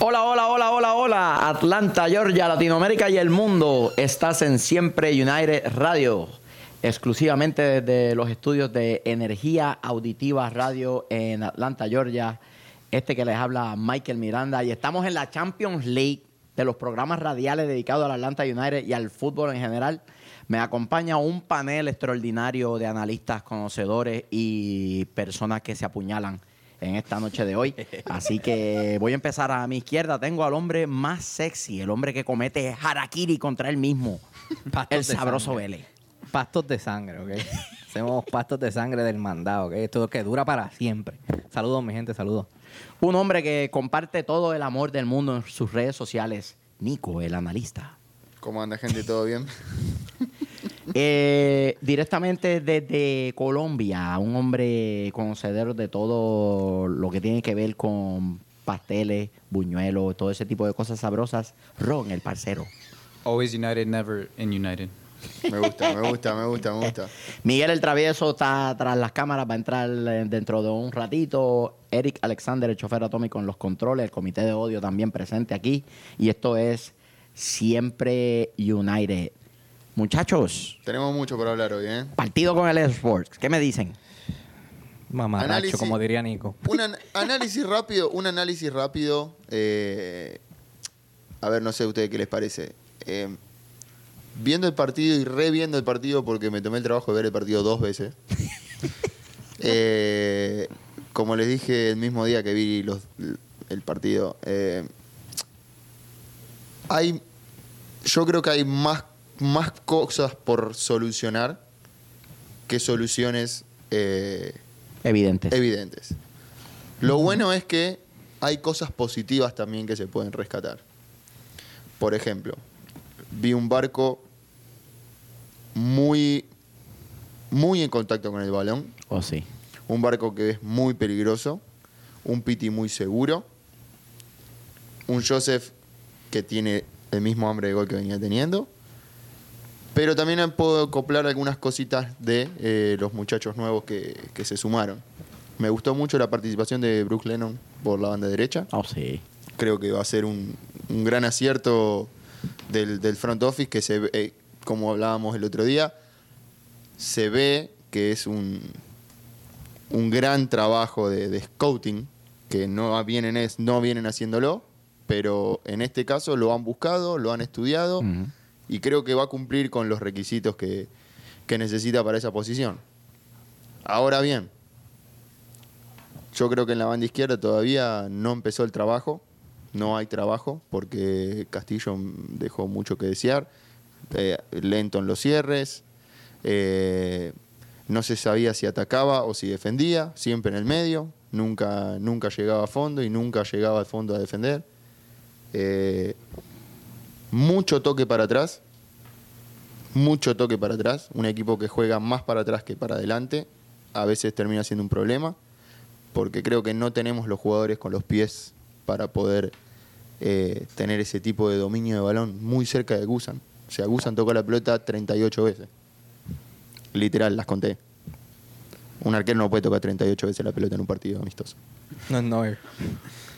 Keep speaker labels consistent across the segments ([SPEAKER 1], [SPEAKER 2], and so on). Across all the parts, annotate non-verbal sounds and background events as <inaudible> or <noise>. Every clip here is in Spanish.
[SPEAKER 1] Hola, hola, hola, hola, hola. Atlanta, Georgia, Latinoamérica y el mundo. Estás en Siempre United Radio, exclusivamente desde los estudios de Energía Auditiva Radio en Atlanta, Georgia. Este que les habla Michael Miranda y estamos en la Champions League de los programas radiales dedicados al Atlanta United y al fútbol en general. Me acompaña un panel extraordinario de analistas, conocedores y personas que se apuñalan en esta noche de
[SPEAKER 2] <laughs>
[SPEAKER 1] hoy. Así que voy a empezar a mi izquierda. Tengo al hombre más sexy, el hombre que comete harakiri contra él mismo,
[SPEAKER 2] <laughs> Pastos
[SPEAKER 1] el
[SPEAKER 2] de
[SPEAKER 1] sabroso
[SPEAKER 2] sangre.
[SPEAKER 1] Vélez.
[SPEAKER 2] Pastos de sangre, ¿ok? <laughs> Hacemos pastos de sangre del mandado, ¿ok? Esto que dura para siempre. Saludos, mi gente, saludos.
[SPEAKER 1] Un hombre que comparte todo el amor del mundo en sus redes sociales, Nico, el analista.
[SPEAKER 3] ¿Cómo anda, gente? ¿Todo bien?
[SPEAKER 1] Eh, directamente desde Colombia, un hombre conocedor de todo lo que tiene que ver con pasteles, buñuelos, todo ese tipo de cosas sabrosas, Ron, el parcero.
[SPEAKER 4] Always united, never in united.
[SPEAKER 3] Me gusta, me gusta, me gusta, me gusta.
[SPEAKER 1] Miguel el Travieso está tras las cámaras, va a entrar eh, dentro de un ratito. Eric Alexander, el chofer atómico en los controles, el comité de odio también presente aquí. Y esto es Siempre United. Muchachos,
[SPEAKER 3] Tenemos mucho por hablar hoy, ¿eh?
[SPEAKER 1] partido con el Sports, ¿qué me dicen?
[SPEAKER 2] Mamaracho,
[SPEAKER 3] Análisis.
[SPEAKER 2] como diría Nico.
[SPEAKER 3] <laughs> Un an- análisis rápido, un análisis rápido. eh, a ver, no sé a ustedes qué les parece. Eh, viendo el partido y reviendo el partido porque me tomé el trabajo de ver el partido dos veces. Eh, como les dije el mismo día que vi los- el partido, eh, hay, yo creo que hay más, más cosas por solucionar que soluciones eh,
[SPEAKER 1] Evidentes.
[SPEAKER 3] evidentes. Lo bueno es que hay cosas positivas también que se pueden rescatar. Por ejemplo, vi un barco muy, muy en contacto con el balón,
[SPEAKER 1] oh, sí.
[SPEAKER 3] un barco que es muy peligroso, un Piti muy seguro, un Joseph que tiene el mismo hambre de gol que venía teniendo, pero también puedo acoplar algunas cositas de eh, los muchachos nuevos que, que se sumaron. Me gustó mucho la participación de Bruce Lennon por la banda derecha
[SPEAKER 1] Oh, sí.
[SPEAKER 3] creo que va a ser un, un gran acierto del, del front office que se ve, eh, como hablábamos el otro día, se ve que es un, un gran trabajo de, de scouting, que no vienen, es, no vienen haciéndolo, pero en este caso lo han buscado, lo han estudiado
[SPEAKER 1] Ujú.
[SPEAKER 3] y creo que va a cumplir con los requisitos que, que necesita para esa posición. Ahora bien, yo creo que en la banda izquierda todavía no empezó el trabajo, no hay trabajo, porque Castillo dejó mucho que desear, eh, lento en los cierres, eh, no se sabía si atacaba o si defendía, siempre en el medio, nunca, nunca llegaba a fondo y nunca llegaba al fondo a defender. Eh, mucho toque para atrás, mucho toque para atrás, un equipo que juega más para atrás que para adelante, a veces termina siendo un problema porque creo que no tenemos los jugadores con los pies para poder eh, tener ese tipo de dominio de balón muy cerca de Gusan. O sea, Gusan tocó la pelota 38 veces. Literal, las conté. Un arquero no puede tocar 38 veces la pelota en un partido amistoso.
[SPEAKER 2] No es Neuer.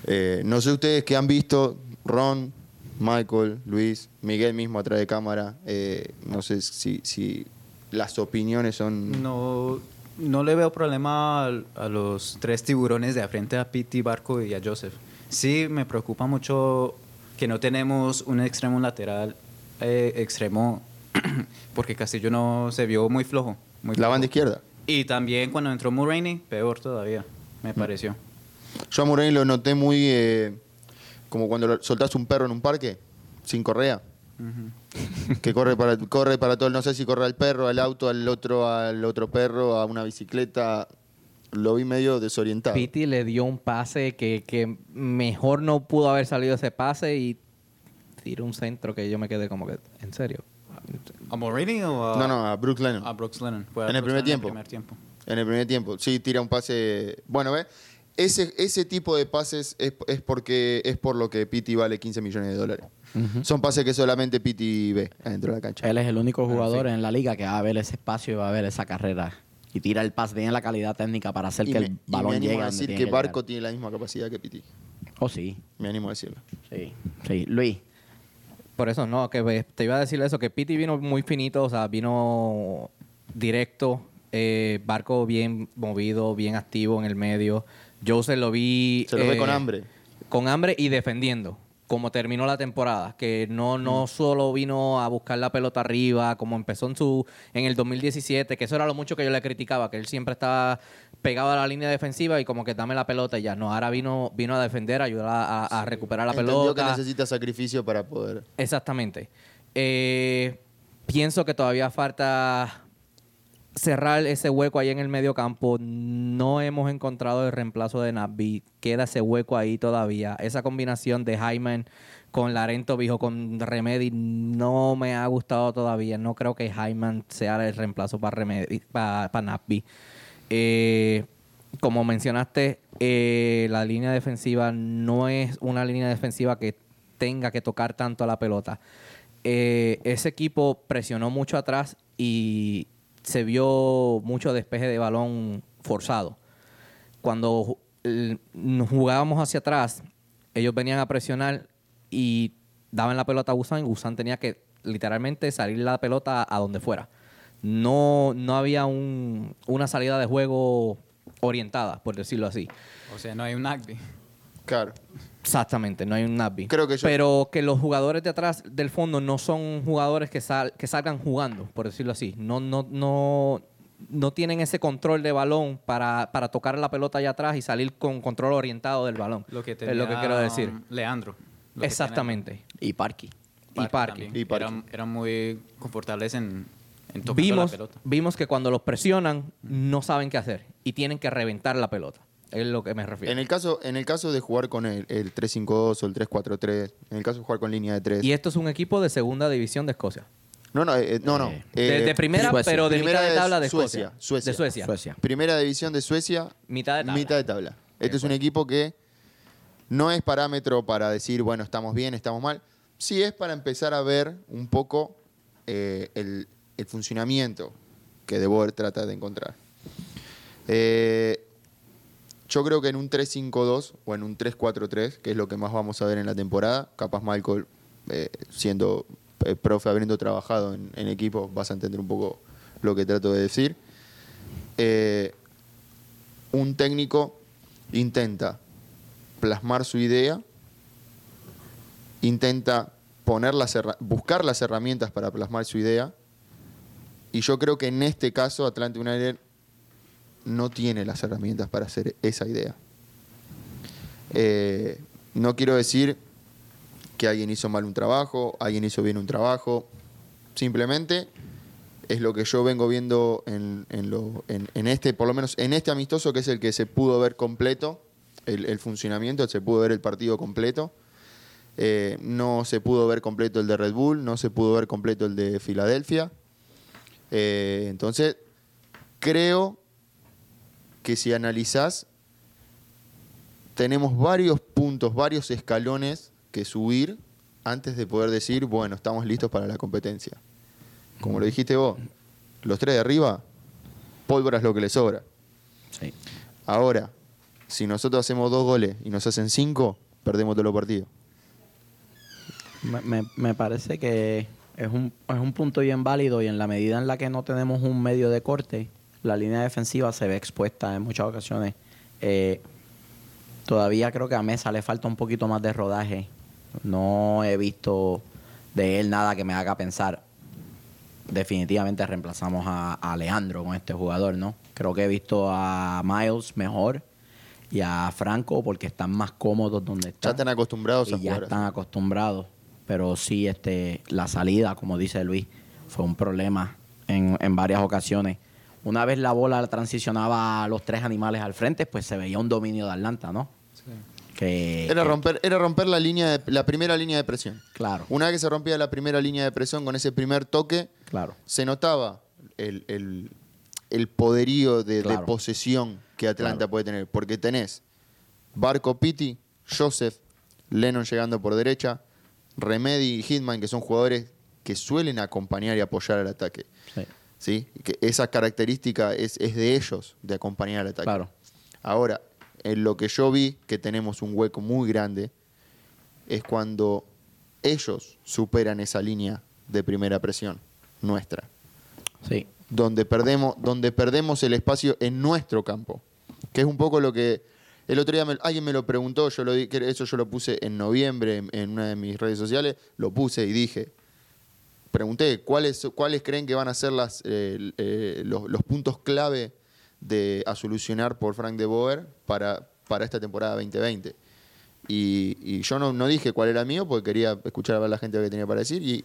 [SPEAKER 3] Eh, no sé ustedes que han visto, Ron, Michael, Luis, Miguel mismo atrás de cámara. eh, no sé si, si las opiniones son...
[SPEAKER 4] No, no le veo problema al- a, los tres tiburones de frente a Pitti, Barco y a Joseph. Sí, me preocupa mucho que no tenemos un extremo lateral eh, extremo, <clears throat> porque Castillo no se vio muy flojo. Muy
[SPEAKER 3] La
[SPEAKER 4] flojo.
[SPEAKER 3] banda izquierda.
[SPEAKER 4] Y también cuando entró Muraney, peor todavía,
[SPEAKER 3] Mm.
[SPEAKER 4] me pareció.
[SPEAKER 3] Yo a Moreni lo noté muy eh, como cuando lo- soltás un perro en un parque, sin correa. Que corre
[SPEAKER 4] <laughs>
[SPEAKER 3] para, corre para todo, no sé si corre al perro, al auto, al otro, al otro perro, a una bicicleta. Lo vi medio desorientado.
[SPEAKER 2] Pitti le dio un pase que, que mejor no pudo haber salido ese pase y tiró un centro que yo me quedé como que, en serio.
[SPEAKER 4] ¿A Muraney o a,
[SPEAKER 3] No, no, a Brooks Lennon.
[SPEAKER 4] a Brooks Lennon? Fue a
[SPEAKER 3] En el
[SPEAKER 4] Brooks
[SPEAKER 3] primer
[SPEAKER 4] Lennon
[SPEAKER 3] tiempo.
[SPEAKER 4] primer tiempo.
[SPEAKER 3] En el primer tiempo. Sí, tira un pase. Bueno, ¿ves? ese, ese tipo de pases es, es porque es por lo que Piti vale 15 millones de dólares. Son pases que solamente Piti ve adentro de la cancha.
[SPEAKER 1] Él es el
[SPEAKER 3] Ah,
[SPEAKER 1] único jugador en la liga que va a ver ese espacio y va a ver esa carrera. Y tira el pase, tiene la calidad técnica para hacer
[SPEAKER 3] Y
[SPEAKER 1] que
[SPEAKER 3] me-
[SPEAKER 1] el
[SPEAKER 3] y me
[SPEAKER 1] balón
[SPEAKER 3] animo
[SPEAKER 1] llegue.
[SPEAKER 3] a
[SPEAKER 1] donde
[SPEAKER 3] decir
[SPEAKER 1] tiene
[SPEAKER 3] que
[SPEAKER 1] que
[SPEAKER 3] Barco
[SPEAKER 1] llegar.
[SPEAKER 3] tiene la misma capacidad que Piti.
[SPEAKER 1] Oh, sí,
[SPEAKER 3] Me animo a decirlo.
[SPEAKER 1] sí, sí. Luis,
[SPEAKER 2] Por eso, no, que ve- te iba a decir eso, que Piti vino muy finito, o sea, vino directo, eh, barco bien movido, bien activo en el medio. Yo se lo vi...
[SPEAKER 3] Se lo ve
[SPEAKER 2] eh,
[SPEAKER 3] con hambre.
[SPEAKER 2] Con hambre y defendiendo, como terminó la temporada, que no,
[SPEAKER 3] Mm.
[SPEAKER 2] no solo vino a buscar la pelota arriba, como empezó en, su, en el 2017, que eso era lo mucho que yo le criticaba, que él siempre estaba pegado a la línea defensiva y como que dame la pelota y ya. No, ahora vino, vino a defender, a ayudar a, a- a recuperar la
[SPEAKER 3] Entendió
[SPEAKER 2] pelota.
[SPEAKER 3] que necesita sacrificio para poder.
[SPEAKER 2] Exactamente. Eh, pienso que todavía falta cerrar ese hueco ahí en el medio campo. No hemos encontrado el reemplazo de Nabi. Queda ese hueco ahí todavía. Esa combinación de Hyman con Larento Vijo, con Remedy, no me ha gustado todavía. No creo que Hyman sea el reemplazo para Remedy, para, para Nabi. Eh, como mencionaste, eh, la línea defensiva no es una línea defensiva que tenga que tocar tanto a la pelota. Eh, ese equipo presionó mucho atrás y se vio mucho despeje de balón forzado. Cuando ju- el- nos jugábamos hacia atrás, ellos venían a presionar y daban la pelota a Gusan y Gusan tenía que literalmente salir la pelota a donde fuera. No, no había un- una salida de juego orientada, por decirlo así.
[SPEAKER 4] O sea, no hay un Nagby.
[SPEAKER 3] Claro.
[SPEAKER 2] Exactamente, no hay un Nabi.
[SPEAKER 3] Creo que yo-
[SPEAKER 2] Pero que los jugadores de atrás del fondo no son jugadores que, sal- que salgan jugando, por decirlo así. No, no, no, no tienen ese control de balón para, para tocar la pelota allá atrás y salir con control orientado del balón.
[SPEAKER 4] Lo que
[SPEAKER 2] es lo que
[SPEAKER 4] tenía,
[SPEAKER 2] quiero decir.
[SPEAKER 4] um, Leandro. Lo que
[SPEAKER 2] Exactamente.
[SPEAKER 1] y Parky.
[SPEAKER 4] tiene
[SPEAKER 2] Y Parky.
[SPEAKER 4] también.
[SPEAKER 3] Y Parky.
[SPEAKER 4] Eran, eran muy confortables en, en tocando
[SPEAKER 2] Vimos,
[SPEAKER 4] la pelota. Mm.
[SPEAKER 2] vimos que cuando los presionan no saben qué hacer y tienen que reventar la pelota. Es lo que me refiero.
[SPEAKER 3] En el, caso, en el caso de jugar con el, el 3-5-2 o el 3-4-3, en el caso de jugar con línea de 3.
[SPEAKER 2] Y esto es un equipo de segunda división de Escocia.
[SPEAKER 3] No, no, eh, no. no.
[SPEAKER 1] Eh,
[SPEAKER 3] Eh,
[SPEAKER 2] de, de primera,
[SPEAKER 1] Suecia.
[SPEAKER 2] pero de
[SPEAKER 3] primera
[SPEAKER 2] mitad de
[SPEAKER 3] es
[SPEAKER 2] tabla de
[SPEAKER 3] Suecia,
[SPEAKER 2] Escocia.
[SPEAKER 3] Suecia.
[SPEAKER 2] De Suecia.
[SPEAKER 1] Suecia.
[SPEAKER 3] Primera división de Suecia.
[SPEAKER 2] Mitad de tabla.
[SPEAKER 3] Mitad de tabla. Este es un equipo que no es parámetro para decir, bueno, estamos bien, estamos mal. Sí es para empezar a ver un poco eh, el, el funcionamiento que De Boer trata de encontrar. Eh, yo creo que en un 3-5-2 o en un 3-4-3, que es lo que más vamos a ver en la temporada, capaz Michael, eh, siendo eh, profe, habiendo trabajado en, en equipo, vas a entender un poco lo que trato de decir. Eh, un técnico intenta plasmar su idea, intenta poner las herra- buscar las herramientas para plasmar su idea, y yo creo que en este caso Atlante United no tiene las herramientas para hacer esa idea. Eh, no quiero decir que alguien hizo mal un trabajo, alguien hizo bien un trabajo, simplemente es lo que yo vengo viendo en, en lo- en- en este, por lo menos en este amistoso, que es el que se pudo ver completo, el, el funcionamiento, se pudo ver el partido completo. Eh, no se pudo ver completo el de Red Bull, no se pudo ver completo el de Filadelfia. Eh, entonces, creo que si analizás, tenemos varios puntos, varios escalones que subir antes de poder decir, bueno, estamos listos para la competencia como lo dijiste vos, los tres de arriba, pólvora es lo que les sobra.
[SPEAKER 1] Sí.
[SPEAKER 3] Ahora, si nosotros hacemos dos goles y nos hacen cinco, perdemos todos los partidos.
[SPEAKER 1] Me, me- me parece que es un, es un punto bien válido y en la medida en la que no tenemos un medio de corte, la línea defensiva se ve expuesta en muchas ocasiones. Eh, todavía creo que a Mesa le falta un poquito más de rodaje. No he visto de él nada que me haga pensar. Definitivamente reemplazamos a, a Leandro con este jugador, ¿no? Creo que he visto a Miles mejor y a Franco porque están más cómodos donde
[SPEAKER 3] Ya
[SPEAKER 1] están
[SPEAKER 3] están acostumbrados a
[SPEAKER 1] Ah. y ya
[SPEAKER 3] jugar. así.
[SPEAKER 1] están acostumbrados. Pero sí, este, la salida, como dice Luis, fue un problema en, en varias ocasiones. Una vez la bola transicionaba a los tres animales al frente, pues se veía un dominio de Atlanta, ¿no? Que,
[SPEAKER 3] Era
[SPEAKER 1] que-
[SPEAKER 3] romper, era romper la, línea de- la primera línea de presión.
[SPEAKER 1] Claro,
[SPEAKER 3] Una vez que se rompía la primera línea de presión con ese primer toque,
[SPEAKER 1] claro.
[SPEAKER 3] se notaba el, el- el poderío de, de
[SPEAKER 1] Claro.
[SPEAKER 3] posesión que Atlanta
[SPEAKER 1] Claro.
[SPEAKER 3] puede tener. Porque tenés Barco Pitti, Joseph, Lennon llegando por derecha, Remedy y Hitman, que son jugadores que suelen acompañar y apoyar al ataque.
[SPEAKER 1] Sí.
[SPEAKER 3] ¿sí? Y Que esa característica es, es de ellos, de acompañar al ataque.
[SPEAKER 1] Claro.
[SPEAKER 3] Ahora, en lo que yo vi que tenemos un hueco muy grande es cuando ellos superan esa línea de primera presión nuestra
[SPEAKER 1] Sí.
[SPEAKER 3] donde perdemos, donde perdemos el espacio en nuestro campo. Que es un poco lo que. El otro día me- alguien me lo preguntó, yo lo di- que eso yo lo puse en noviembre en, en una de mis redes sociales, lo puse y dije. Pregunté cuáles, cuáles creen que van a ser las, eh, eh, los, los puntos clave de, a solucionar por Frank de Boer para, para esta temporada 2020. Y, y yo no, no dije cuál era el mío porque quería escuchar a ver la gente lo que tenía para decir. Y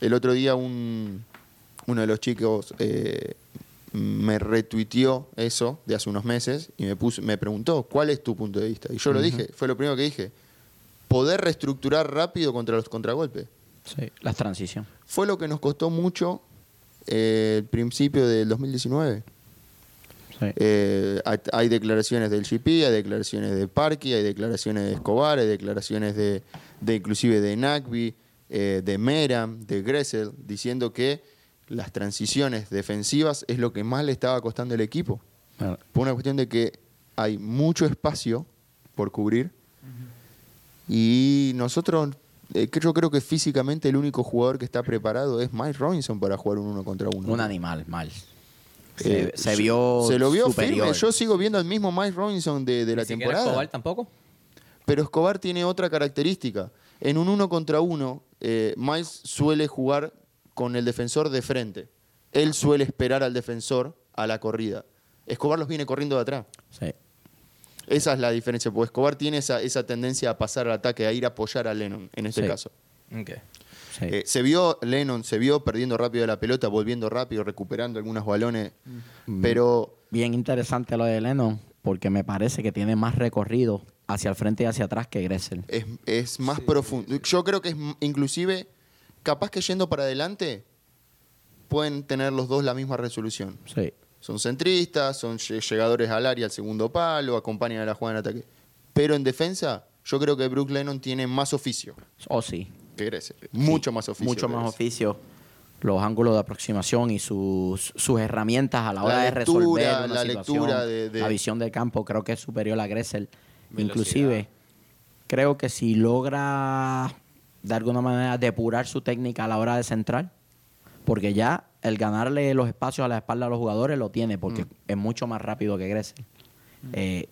[SPEAKER 3] el otro día un, uno de los chicos eh, me retuiteó eso de hace unos meses y me, puso- me preguntó, ¿cuál es tu punto de vista? Y yo lo dije, fue lo primero que dije. Poder reestructurar rápido contra los contragolpes.
[SPEAKER 1] Sí. Las transiciones.
[SPEAKER 3] Fue lo que nos costó mucho eh, el principio del 2019.
[SPEAKER 1] Sí.
[SPEAKER 3] Eh, hay, hay declaraciones del GP, hay declaraciones de Parky, hay declaraciones de Escobar, hay declaraciones de, de inclusive de Nagby, eh, de Meram, de Gressel, diciendo que las transiciones defensivas es lo que más le estaba costando al equipo.
[SPEAKER 1] Bueno,
[SPEAKER 3] Por una cuestión de que hay mucho espacio por cubrir y nosotros, eh, que yo creo que físicamente el único jugador que está preparado es Mike Robinson para jugar un uno contra uno.
[SPEAKER 1] Un animal, mal. Se,
[SPEAKER 3] Eh,
[SPEAKER 1] se
[SPEAKER 3] yo-
[SPEAKER 1] vio.
[SPEAKER 3] se lo vio
[SPEAKER 1] superior.
[SPEAKER 3] firme. Yo sigo viendo al mismo Mike Robinson de, de la
[SPEAKER 2] Ni siquiera
[SPEAKER 3] temporada.
[SPEAKER 2] Escobar tampoco.
[SPEAKER 3] Pero Escobar tiene otra característica. En un uno contra uno, eh, Miles suele jugar con el defensor de frente. Él suele esperar al defensor a la corrida. Escobar los viene corriendo de atrás.
[SPEAKER 1] Sí.
[SPEAKER 3] Esa es la diferencia, porque Escobar tiene esa, esa tendencia a pasar al ataque, a ir a apoyar a Lennon, en este
[SPEAKER 1] Sí.
[SPEAKER 3] caso.
[SPEAKER 2] Ok.
[SPEAKER 1] sí.
[SPEAKER 3] Eh, se vio, Lennon se vio perdiendo rápido la pelota, volviendo rápido, recuperando algunos balones,
[SPEAKER 1] Mm.
[SPEAKER 3] pero
[SPEAKER 1] Bien interesante lo de Lennon, porque me parece que tiene más recorrido hacia el frente y hacia atrás que Gressel.
[SPEAKER 3] Es, es más profundo. Yo creo que es m- inclusive, capaz que yendo para adelante, pueden tener los dos la misma resolución.
[SPEAKER 1] Sí.
[SPEAKER 3] Son centristas, son lle- llegadores al área, al segundo palo, acompañan a la jugada en ataque. Pero en defensa, yo creo que Brook Lennon tiene más oficio
[SPEAKER 1] O sí.
[SPEAKER 3] que Grece. Mucho más oficio.
[SPEAKER 1] Mucho
[SPEAKER 3] que
[SPEAKER 1] más
[SPEAKER 3] Grece.
[SPEAKER 1] oficio. Los ángulos de aproximación y sus, sus herramientas a la
[SPEAKER 3] La
[SPEAKER 1] hora de
[SPEAKER 3] lectura,
[SPEAKER 1] resolver una
[SPEAKER 3] la
[SPEAKER 1] situación,
[SPEAKER 3] lectura de- de-
[SPEAKER 1] la visión del campo creo que es superior a Gressel.
[SPEAKER 4] Velocidad.
[SPEAKER 1] Inclusive, creo que si logra de alguna manera depurar su técnica a la hora de centrar, porque ya el ganarle los espacios a la espalda a los jugadores lo tiene, porque
[SPEAKER 3] Mm.
[SPEAKER 1] es mucho más rápido que Gressel. Eh,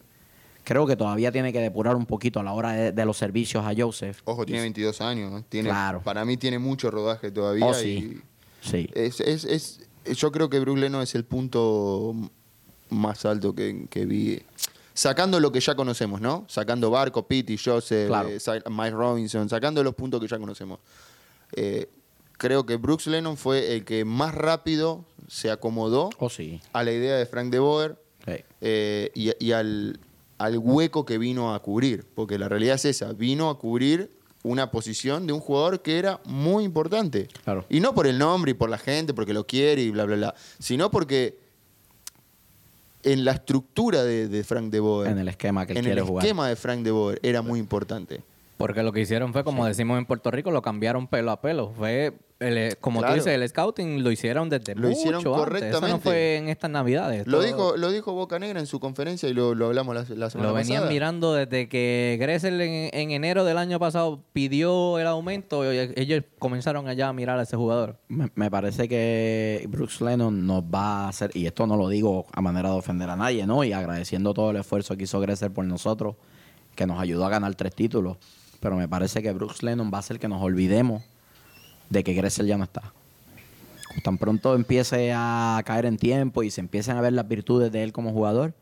[SPEAKER 1] creo que todavía tiene que depurar un poquito a la hora de, de los servicios a Joseph.
[SPEAKER 3] Ojo, tiene 22 años. ¿no? Tiene,
[SPEAKER 1] Claro.
[SPEAKER 3] Para mí tiene mucho rodaje todavía.
[SPEAKER 1] Oh, sí.
[SPEAKER 3] y-
[SPEAKER 1] Sí.
[SPEAKER 3] Es, es- es- yo creo que Brook Leno es el punto m- más alto que, que vi. Sacando lo que ya conocemos, ¿no? Sacando Barco, Pitti, Joseph,
[SPEAKER 1] Claro.
[SPEAKER 3] eh, Sil- Mike Robinson, sacando los puntos que ya conocemos. Eh, creo que Brooks Lennon fue el que más rápido se acomodó
[SPEAKER 1] O Oh, sí.
[SPEAKER 3] a la idea de Frank de Boer
[SPEAKER 1] Sí.
[SPEAKER 3] eh, y, y al, al hueco que vino a cubrir. Porque la realidad es esa, vino a cubrir una posición de un jugador que era muy importante.
[SPEAKER 1] Claro.
[SPEAKER 3] Y no por el nombre y por la gente, porque lo quiere y bla, bla, bla, sino porque en la estructura de, de Frank de Boer,
[SPEAKER 1] En el esquema que él
[SPEAKER 3] Pues, en
[SPEAKER 1] quiere
[SPEAKER 3] el
[SPEAKER 1] jugar.
[SPEAKER 3] esquema de Frank de Boer era muy importante.
[SPEAKER 2] Porque lo que hicieron fue, como decimos en Puerto Rico, lo cambiaron pelo a pelo. Fue, el- eh, como
[SPEAKER 3] Claro.
[SPEAKER 2] tú dices, el scouting lo hicieron desde
[SPEAKER 3] Lo hicieron
[SPEAKER 2] mucho antes. Eso no
[SPEAKER 3] correctamente.
[SPEAKER 2] fue en estas navidades.
[SPEAKER 3] Lo
[SPEAKER 2] Todo-
[SPEAKER 3] dijo, lo dijo Boca Negra en su conferencia y lo, lo hablamos la, la semana
[SPEAKER 2] Lo venían
[SPEAKER 3] pasada.
[SPEAKER 2] mirando desde que Gressel en, en enero del año pasado pidió el aumento. y ellos comenzaron allá a mirar a ese jugador.
[SPEAKER 1] Me, me parece que Brooks Lennon nos va a hacer, y esto no lo digo a manera de ofender a nadie, ¿no? Y agradeciendo todo el esfuerzo que hizo Gressel por nosotros, que nos ayudó a ganar tres títulos, pero me parece que Brooks Lennon va a hacer que nos olvidemos de que Gressel ya no está. Tan pronto empiece a caer en tiempo y se empiecen a ver las virtudes de él como jugador,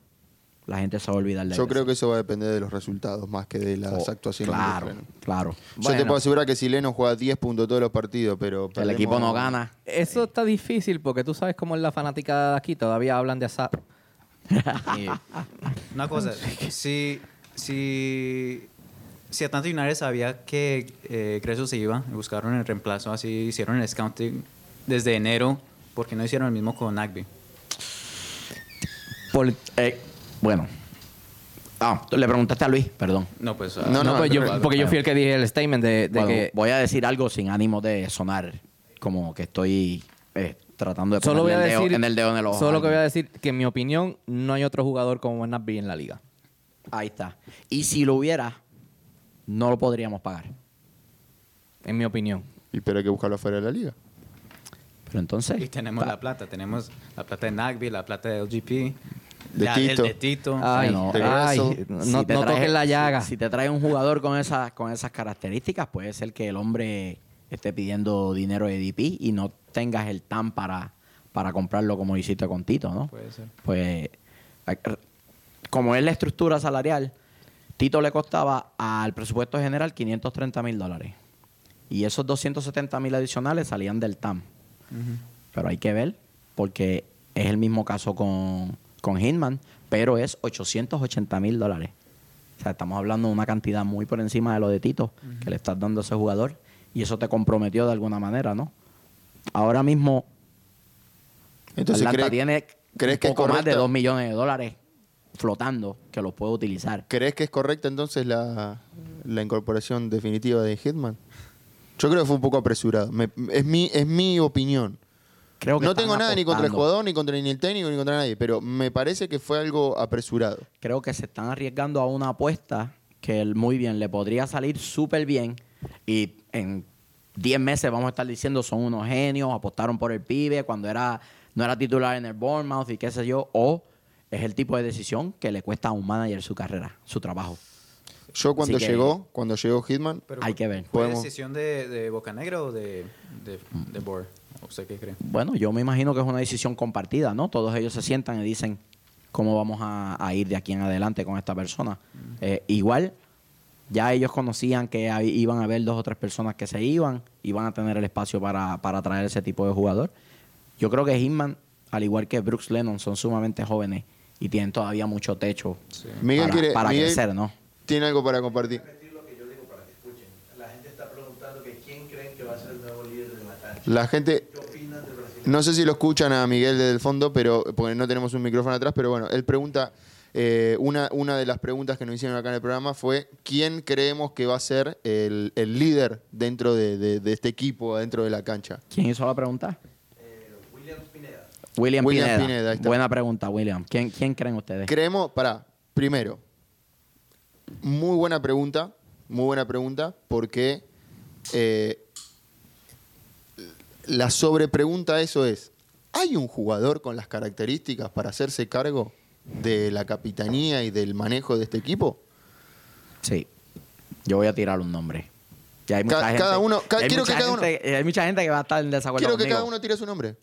[SPEAKER 1] la gente se va a olvidar de
[SPEAKER 3] Yo
[SPEAKER 1] Gressel.
[SPEAKER 3] creo que eso va a depender de los resultados más que de las
[SPEAKER 1] Oh,
[SPEAKER 3] actuaciones. de
[SPEAKER 1] Claro,
[SPEAKER 3] Lennon.
[SPEAKER 1] claro.
[SPEAKER 3] Yo te puedo asegurar que si Leno juega 10 puntos todos los partidos, pero...
[SPEAKER 1] el
[SPEAKER 3] perdemos-
[SPEAKER 1] equipo no gana.
[SPEAKER 2] Eso está difícil porque tú sabes cómo es la fanática de aquí. Todavía hablan de ASAP.
[SPEAKER 3] <laughs>
[SPEAKER 2] <laughs>
[SPEAKER 4] Una cosa, si, si, si Atlanta United sabía que eh, Greso se iba, y buscaron el reemplazo, así hicieron el scouting desde enero, porque no hicieron el mismo con Nagby?
[SPEAKER 1] Por- eh, bueno, Ah, le preguntaste a Luis, perdón.
[SPEAKER 4] No, pues. ah,
[SPEAKER 3] No,
[SPEAKER 2] No,
[SPEAKER 3] no,
[SPEAKER 2] pues yo-
[SPEAKER 3] pero-
[SPEAKER 2] porque yo fui el que dije el statement de, de
[SPEAKER 1] Bueno,
[SPEAKER 2] que
[SPEAKER 1] Voy a decir algo sin ánimo de sonar como que estoy eh, tratando de ponerle
[SPEAKER 2] solo voy a
[SPEAKER 1] el dedo-
[SPEAKER 2] decir
[SPEAKER 1] en el dedo en el ojo.
[SPEAKER 2] Solo que voy a
[SPEAKER 1] Alguien.
[SPEAKER 2] decir que en mi opinión no hay otro jugador como Nabi en la liga.
[SPEAKER 1] Ahí está. Y si lo hubiera, no lo podríamos pagar.
[SPEAKER 2] En mi opinión.
[SPEAKER 3] Y pero hay que buscarlo afuera de la liga.
[SPEAKER 1] Pero entonces...
[SPEAKER 4] <laughs> Y tenemos
[SPEAKER 1] está-
[SPEAKER 4] la plata. Tenemos la plata de Nagby, la plata de LGP.
[SPEAKER 3] De
[SPEAKER 4] la-
[SPEAKER 3] Tito.
[SPEAKER 4] el de Tito.
[SPEAKER 2] Ay,
[SPEAKER 1] no,
[SPEAKER 3] de
[SPEAKER 2] ay,
[SPEAKER 3] Russell,
[SPEAKER 2] no,
[SPEAKER 1] Si
[SPEAKER 2] no
[SPEAKER 1] te trae-
[SPEAKER 2] toques la llaga.
[SPEAKER 1] Si, si te trae un jugador con esas, con esas características, puede ser que el hombre esté pidiendo dinero de DP y no tengas el tan para, para comprarlo como hiciste con Tito, ¿no?
[SPEAKER 4] Puede ser.
[SPEAKER 1] Pues, hay- como es la estructura salarial, Tito le costaba al presupuesto general 530 mil dólares. Y esos 270 mil adicionales salían del TAM. Pero hay que ver, porque es el mismo caso con, con Hitman, pero es 880 mil dólares. O sea, estamos hablando de una cantidad muy por encima de lo de Tito, que le estás dando a ese jugador, y eso te comprometió de alguna manera, ¿no? Ahora mismo,
[SPEAKER 3] Entonces,
[SPEAKER 1] Atlanta
[SPEAKER 3] ¿crees,
[SPEAKER 1] tiene
[SPEAKER 3] crees
[SPEAKER 1] un
[SPEAKER 3] que es
[SPEAKER 1] poco más de
[SPEAKER 3] correcta?
[SPEAKER 1] 2 millones de dólares flotando que los puede utilizar.
[SPEAKER 3] ¿crees que es correcta entonces la, la incorporación definitiva de Hitman? Yo creo que fue un poco apresurado. Me- es, mi, es mi opinión.
[SPEAKER 1] Creo que
[SPEAKER 3] no
[SPEAKER 1] están
[SPEAKER 3] tengo nada ni contra el
[SPEAKER 1] apostando.
[SPEAKER 3] jugador, ni contra ni el técnico, ni contra nadie, pero me parece que fue algo apresurado.
[SPEAKER 1] creo que se están arriesgando a una apuesta que él muy bien le podría salir súper bien y en 10 meses vamos a estar diciendo son unos genios, apostaron por el pibe cuando era no era titular en el Bournemouth y qué sé yo, o es el tipo de decisión que le cuesta a un manager su carrera, su trabajo.
[SPEAKER 3] Yo cuando
[SPEAKER 1] Así que-
[SPEAKER 3] llegó, cuando llegó Hitman,
[SPEAKER 4] Pero
[SPEAKER 1] Hay que ver.
[SPEAKER 4] ¿Fue
[SPEAKER 3] Podemos-
[SPEAKER 4] decisión de, de Bocanegra o de, de, de Boer? ¿Usted qué cree?
[SPEAKER 1] Bueno, yo me imagino que es una decisión compartida, ¿no? Todos ellos se sientan y dicen cómo vamos a, a ir de aquí en adelante con esta persona. Eh, igual, ya ellos conocían que ahí iban a haber dos o tres personas que se iban y van a tener el espacio para, para traer ese tipo de jugador. Yo creo que Hitman, al igual que Brooks Lennon, son sumamente jóvenes y tienen todavía mucho techo
[SPEAKER 4] Sí.
[SPEAKER 3] Miguel
[SPEAKER 1] para,
[SPEAKER 3] quiere
[SPEAKER 1] para
[SPEAKER 3] Miguel
[SPEAKER 1] crecer, ¿no?
[SPEAKER 3] Tiene algo para compartir.
[SPEAKER 5] La gente está preguntando que quién creen que va a ser el nuevo líder de la cancha.
[SPEAKER 3] La gente,
[SPEAKER 5] ¿Qué opinan del brasileño?
[SPEAKER 3] no sé si lo escuchan a Miguel desde el fondo, pero porque no tenemos un micrófono atrás, pero bueno, él pregunta, eh, una, una de las preguntas que nos hicieron acá en el programa fue, ¿quién creemos que va a ser el, el líder dentro de, de- de este equipo, dentro de la cancha?
[SPEAKER 1] ¿Quién hizo la pregunta?
[SPEAKER 5] Eh, William Pineda.
[SPEAKER 1] William,
[SPEAKER 3] William
[SPEAKER 1] Pineda.
[SPEAKER 3] Pineda, ahí está.
[SPEAKER 1] Buena pregunta, William. ¿Quién, quién creen ustedes?
[SPEAKER 3] Creemos, para, primero, muy buena pregunta, muy buena pregunta, porque eh, la sobrepregunta a eso es, ¿hay un jugador con las características para hacerse cargo de la capitanía y del manejo de este equipo?
[SPEAKER 1] Sí. Yo voy a tirar un nombre. Ya hay
[SPEAKER 3] Ca-
[SPEAKER 1] mucha gente,
[SPEAKER 3] cada uno- ca-
[SPEAKER 1] hay
[SPEAKER 3] quiero
[SPEAKER 1] mucha
[SPEAKER 3] que cada
[SPEAKER 1] gente- Hay mucha gente que va a estar en desacuerdo
[SPEAKER 3] Quiero que
[SPEAKER 1] conmigo.
[SPEAKER 3] cada uno tire su nombre.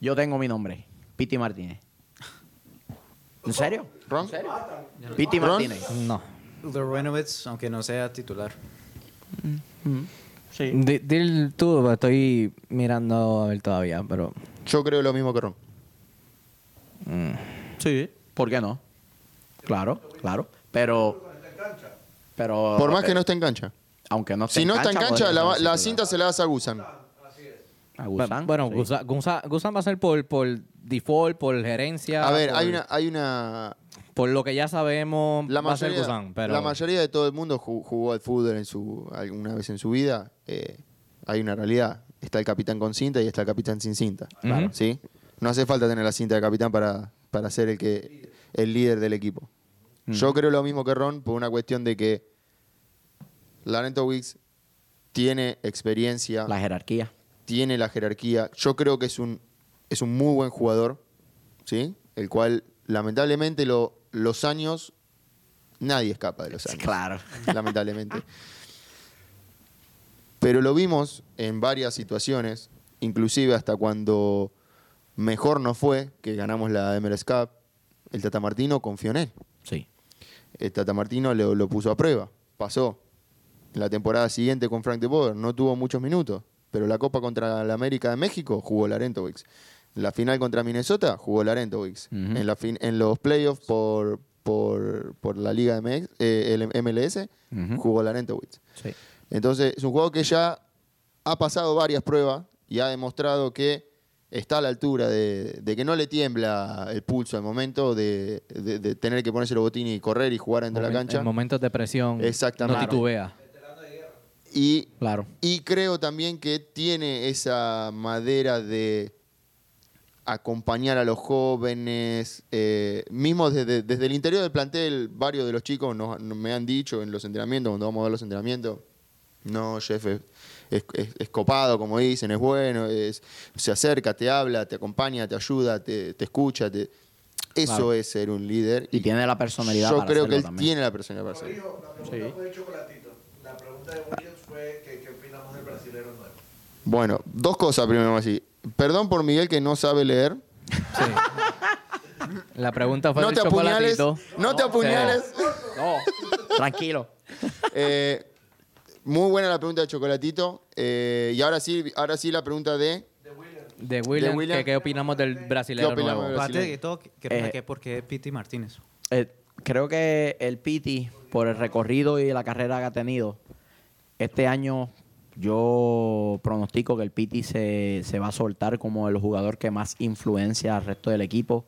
[SPEAKER 1] Yo tengo mi nombre. Piti Martínez. ¿En serio?
[SPEAKER 3] Ron.
[SPEAKER 1] Piti
[SPEAKER 3] Ron.
[SPEAKER 1] Martínez.
[SPEAKER 2] No.
[SPEAKER 4] Lorenowitz, aunque no sea titular.
[SPEAKER 2] Di- Dil tú, pero estoy mirando a ver todavía, pero
[SPEAKER 3] Yo creo lo mismo que Ron.
[SPEAKER 1] Sí. ¿Por qué no? Claro, claro. Pero... Pero...
[SPEAKER 3] Por más que no esté en cancha.
[SPEAKER 1] Aunque no esté
[SPEAKER 3] Si no está en cancha,
[SPEAKER 1] podría
[SPEAKER 3] la,
[SPEAKER 1] ser
[SPEAKER 3] la
[SPEAKER 1] titular.
[SPEAKER 3] cinta se la das a Gusan.
[SPEAKER 1] A Gusán,
[SPEAKER 2] bueno,
[SPEAKER 1] sí.
[SPEAKER 2] Gusa- Gusa- Gusan va a ser por, por default, por gerencia,
[SPEAKER 3] A ver,
[SPEAKER 2] por,
[SPEAKER 3] hay una, hay una
[SPEAKER 2] por lo que ya sabemos
[SPEAKER 3] La
[SPEAKER 2] va a ser
[SPEAKER 3] mayoría,
[SPEAKER 2] Gusan, pero
[SPEAKER 3] la mayoría de todo el mundo ju- jugó al fútbol en su, alguna vez en su vida. Eh, hay una realidad. Está el capitán con cinta y está el capitán sin cinta.
[SPEAKER 2] Claro.
[SPEAKER 3] ¿Sí? No hace falta tener la cinta de capitán para, para ser el, que, el líder del equipo.
[SPEAKER 2] Mm.
[SPEAKER 3] Yo creo lo mismo que Ron por una cuestión de que Larento Wicks tiene experiencia,
[SPEAKER 1] La jerarquía.
[SPEAKER 3] tiene la jerarquía. Yo creo que es un, es un muy buen jugador, ¿sí? El cual, lamentablemente, lo- los años, nadie escapa de los años.
[SPEAKER 1] Claro.
[SPEAKER 3] Lamentablemente. Pero lo vimos en varias situaciones, inclusive hasta cuando mejor no fue, que ganamos la Emirates Cup, el Tata Martino confió en él.
[SPEAKER 1] Sí.
[SPEAKER 3] El eh, Tata Martino lo, lo puso a prueba. Pasó. En la temporada siguiente con Frank de Boer no tuvo muchos minutos, pero la Copa contra la América de México jugó Larentowicz. La final contra Minnesota jugó Larentowicz. en, la fin- en los playoffs por, por, por la Liga MX, eh, el MLS jugó Larentowicz.
[SPEAKER 1] Sí.
[SPEAKER 3] Entonces, es un juego que ya ha pasado varias pruebas y ha demostrado que está a la altura de, de que no le tiembla el pulso al momento de, de- de tener que ponerse el botín y correr y jugar dentro de la
[SPEAKER 2] Momen-
[SPEAKER 3] cancha.
[SPEAKER 2] En momentos de presión.
[SPEAKER 3] Exactamente.
[SPEAKER 2] No titubea.
[SPEAKER 3] Y
[SPEAKER 2] Claro.
[SPEAKER 3] Y creo también que tiene esa madera de acompañar a los jóvenes, eh, mismo desde, desde el interior del plantel, varios de los chicos nos, nos- me han dicho en los entrenamientos, cuando vamos a ver los entrenamientos, no, Jeff es, es- es- es copado, como dicen, es bueno, es, se acerca, te habla, te acompaña, te ayuda, te, te escucha, te- eso
[SPEAKER 2] Claro.
[SPEAKER 3] es ser un líder.
[SPEAKER 1] Y tiene la personalidad
[SPEAKER 3] Yo
[SPEAKER 1] para
[SPEAKER 3] creo
[SPEAKER 1] hacerlo
[SPEAKER 3] que él
[SPEAKER 1] también.
[SPEAKER 3] tiene la personalidad para hacerlo.
[SPEAKER 5] Corrijo, la pregunta
[SPEAKER 1] Sí.
[SPEAKER 5] fue de chocolatito. La pregunta de Williams fue que qué opinamos del brasilero nuevo.
[SPEAKER 3] Bueno, dos cosas primero así. Perdón por Miguel que no sabe leer.
[SPEAKER 2] La pregunta fue
[SPEAKER 3] No
[SPEAKER 2] del
[SPEAKER 3] te apuñales.
[SPEAKER 2] chocolatito.
[SPEAKER 3] No te apuñales.
[SPEAKER 1] No, tranquilo.
[SPEAKER 3] Eh, muy buena la pregunta de Chocolatito. Eh, y ahora sí, ahora sí la pregunta de.
[SPEAKER 2] De William,
[SPEAKER 3] De William.
[SPEAKER 2] que ¿qué opinamos del brasileño
[SPEAKER 3] opinamos del
[SPEAKER 2] nuevo?
[SPEAKER 3] brasileño?
[SPEAKER 4] Aparte de todo, que
[SPEAKER 1] Eh.
[SPEAKER 4] que por qué Piti Martínez.
[SPEAKER 1] Eh, creo que el Piti, por el recorrido y la carrera que ha tenido, este año yo pronostico que el Piti se, se va a soltar como el jugador que más influencia al resto del equipo,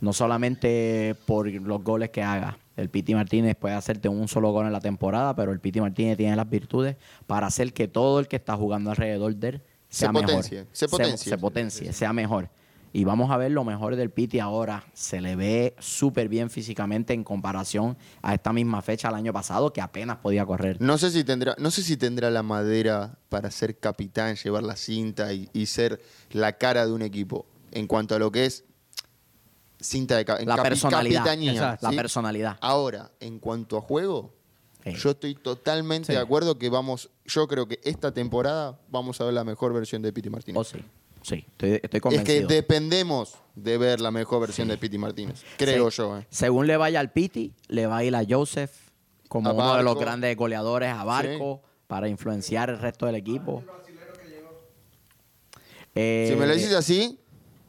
[SPEAKER 1] no solamente por los goles que haga. El Piti Martínez puede hacerte un solo gol en la temporada, pero el Piti Martínez tiene las virtudes para hacer que todo el que está jugando alrededor de él sea mejor.
[SPEAKER 3] potencie, se potencie.
[SPEAKER 1] se potencie, sea mejor. Y vamos a ver lo mejor del Piti ahora. Se le ve súper bien físicamente en comparación a esta misma fecha el año pasado, que apenas podía correr.
[SPEAKER 3] No sé si tendrá, no sé si tendrá la madera para ser capitán, llevar la cinta y, y ser la cara de un equipo. En cuanto a lo que es cinta de ca-
[SPEAKER 1] La
[SPEAKER 3] capi-
[SPEAKER 1] personalidad.
[SPEAKER 3] capitanía,
[SPEAKER 1] Exacto.
[SPEAKER 3] ¿sí? Ah,
[SPEAKER 1] La personalidad.
[SPEAKER 3] Ahora, en cuanto a juego,
[SPEAKER 1] Sí.
[SPEAKER 3] yo estoy totalmente
[SPEAKER 2] Sí.
[SPEAKER 3] de acuerdo que vamos. Yo creo que esta temporada vamos a ver la mejor versión de Piti Martínez.
[SPEAKER 1] Oh, sí. Sí, estoy, estoy
[SPEAKER 3] Es que
[SPEAKER 1] convencido.
[SPEAKER 3] dependemos de ver la mejor versión de Piti Martínez. Creo
[SPEAKER 1] Sí.
[SPEAKER 3] yo. eh.
[SPEAKER 1] Según le vaya al Piti, le va a ir a Joseph como
[SPEAKER 3] A
[SPEAKER 1] uno de los
[SPEAKER 3] Barco.
[SPEAKER 1] grandes goleadores a Barco para influenciar el resto del equipo. Eh,
[SPEAKER 3] si me lo dices así,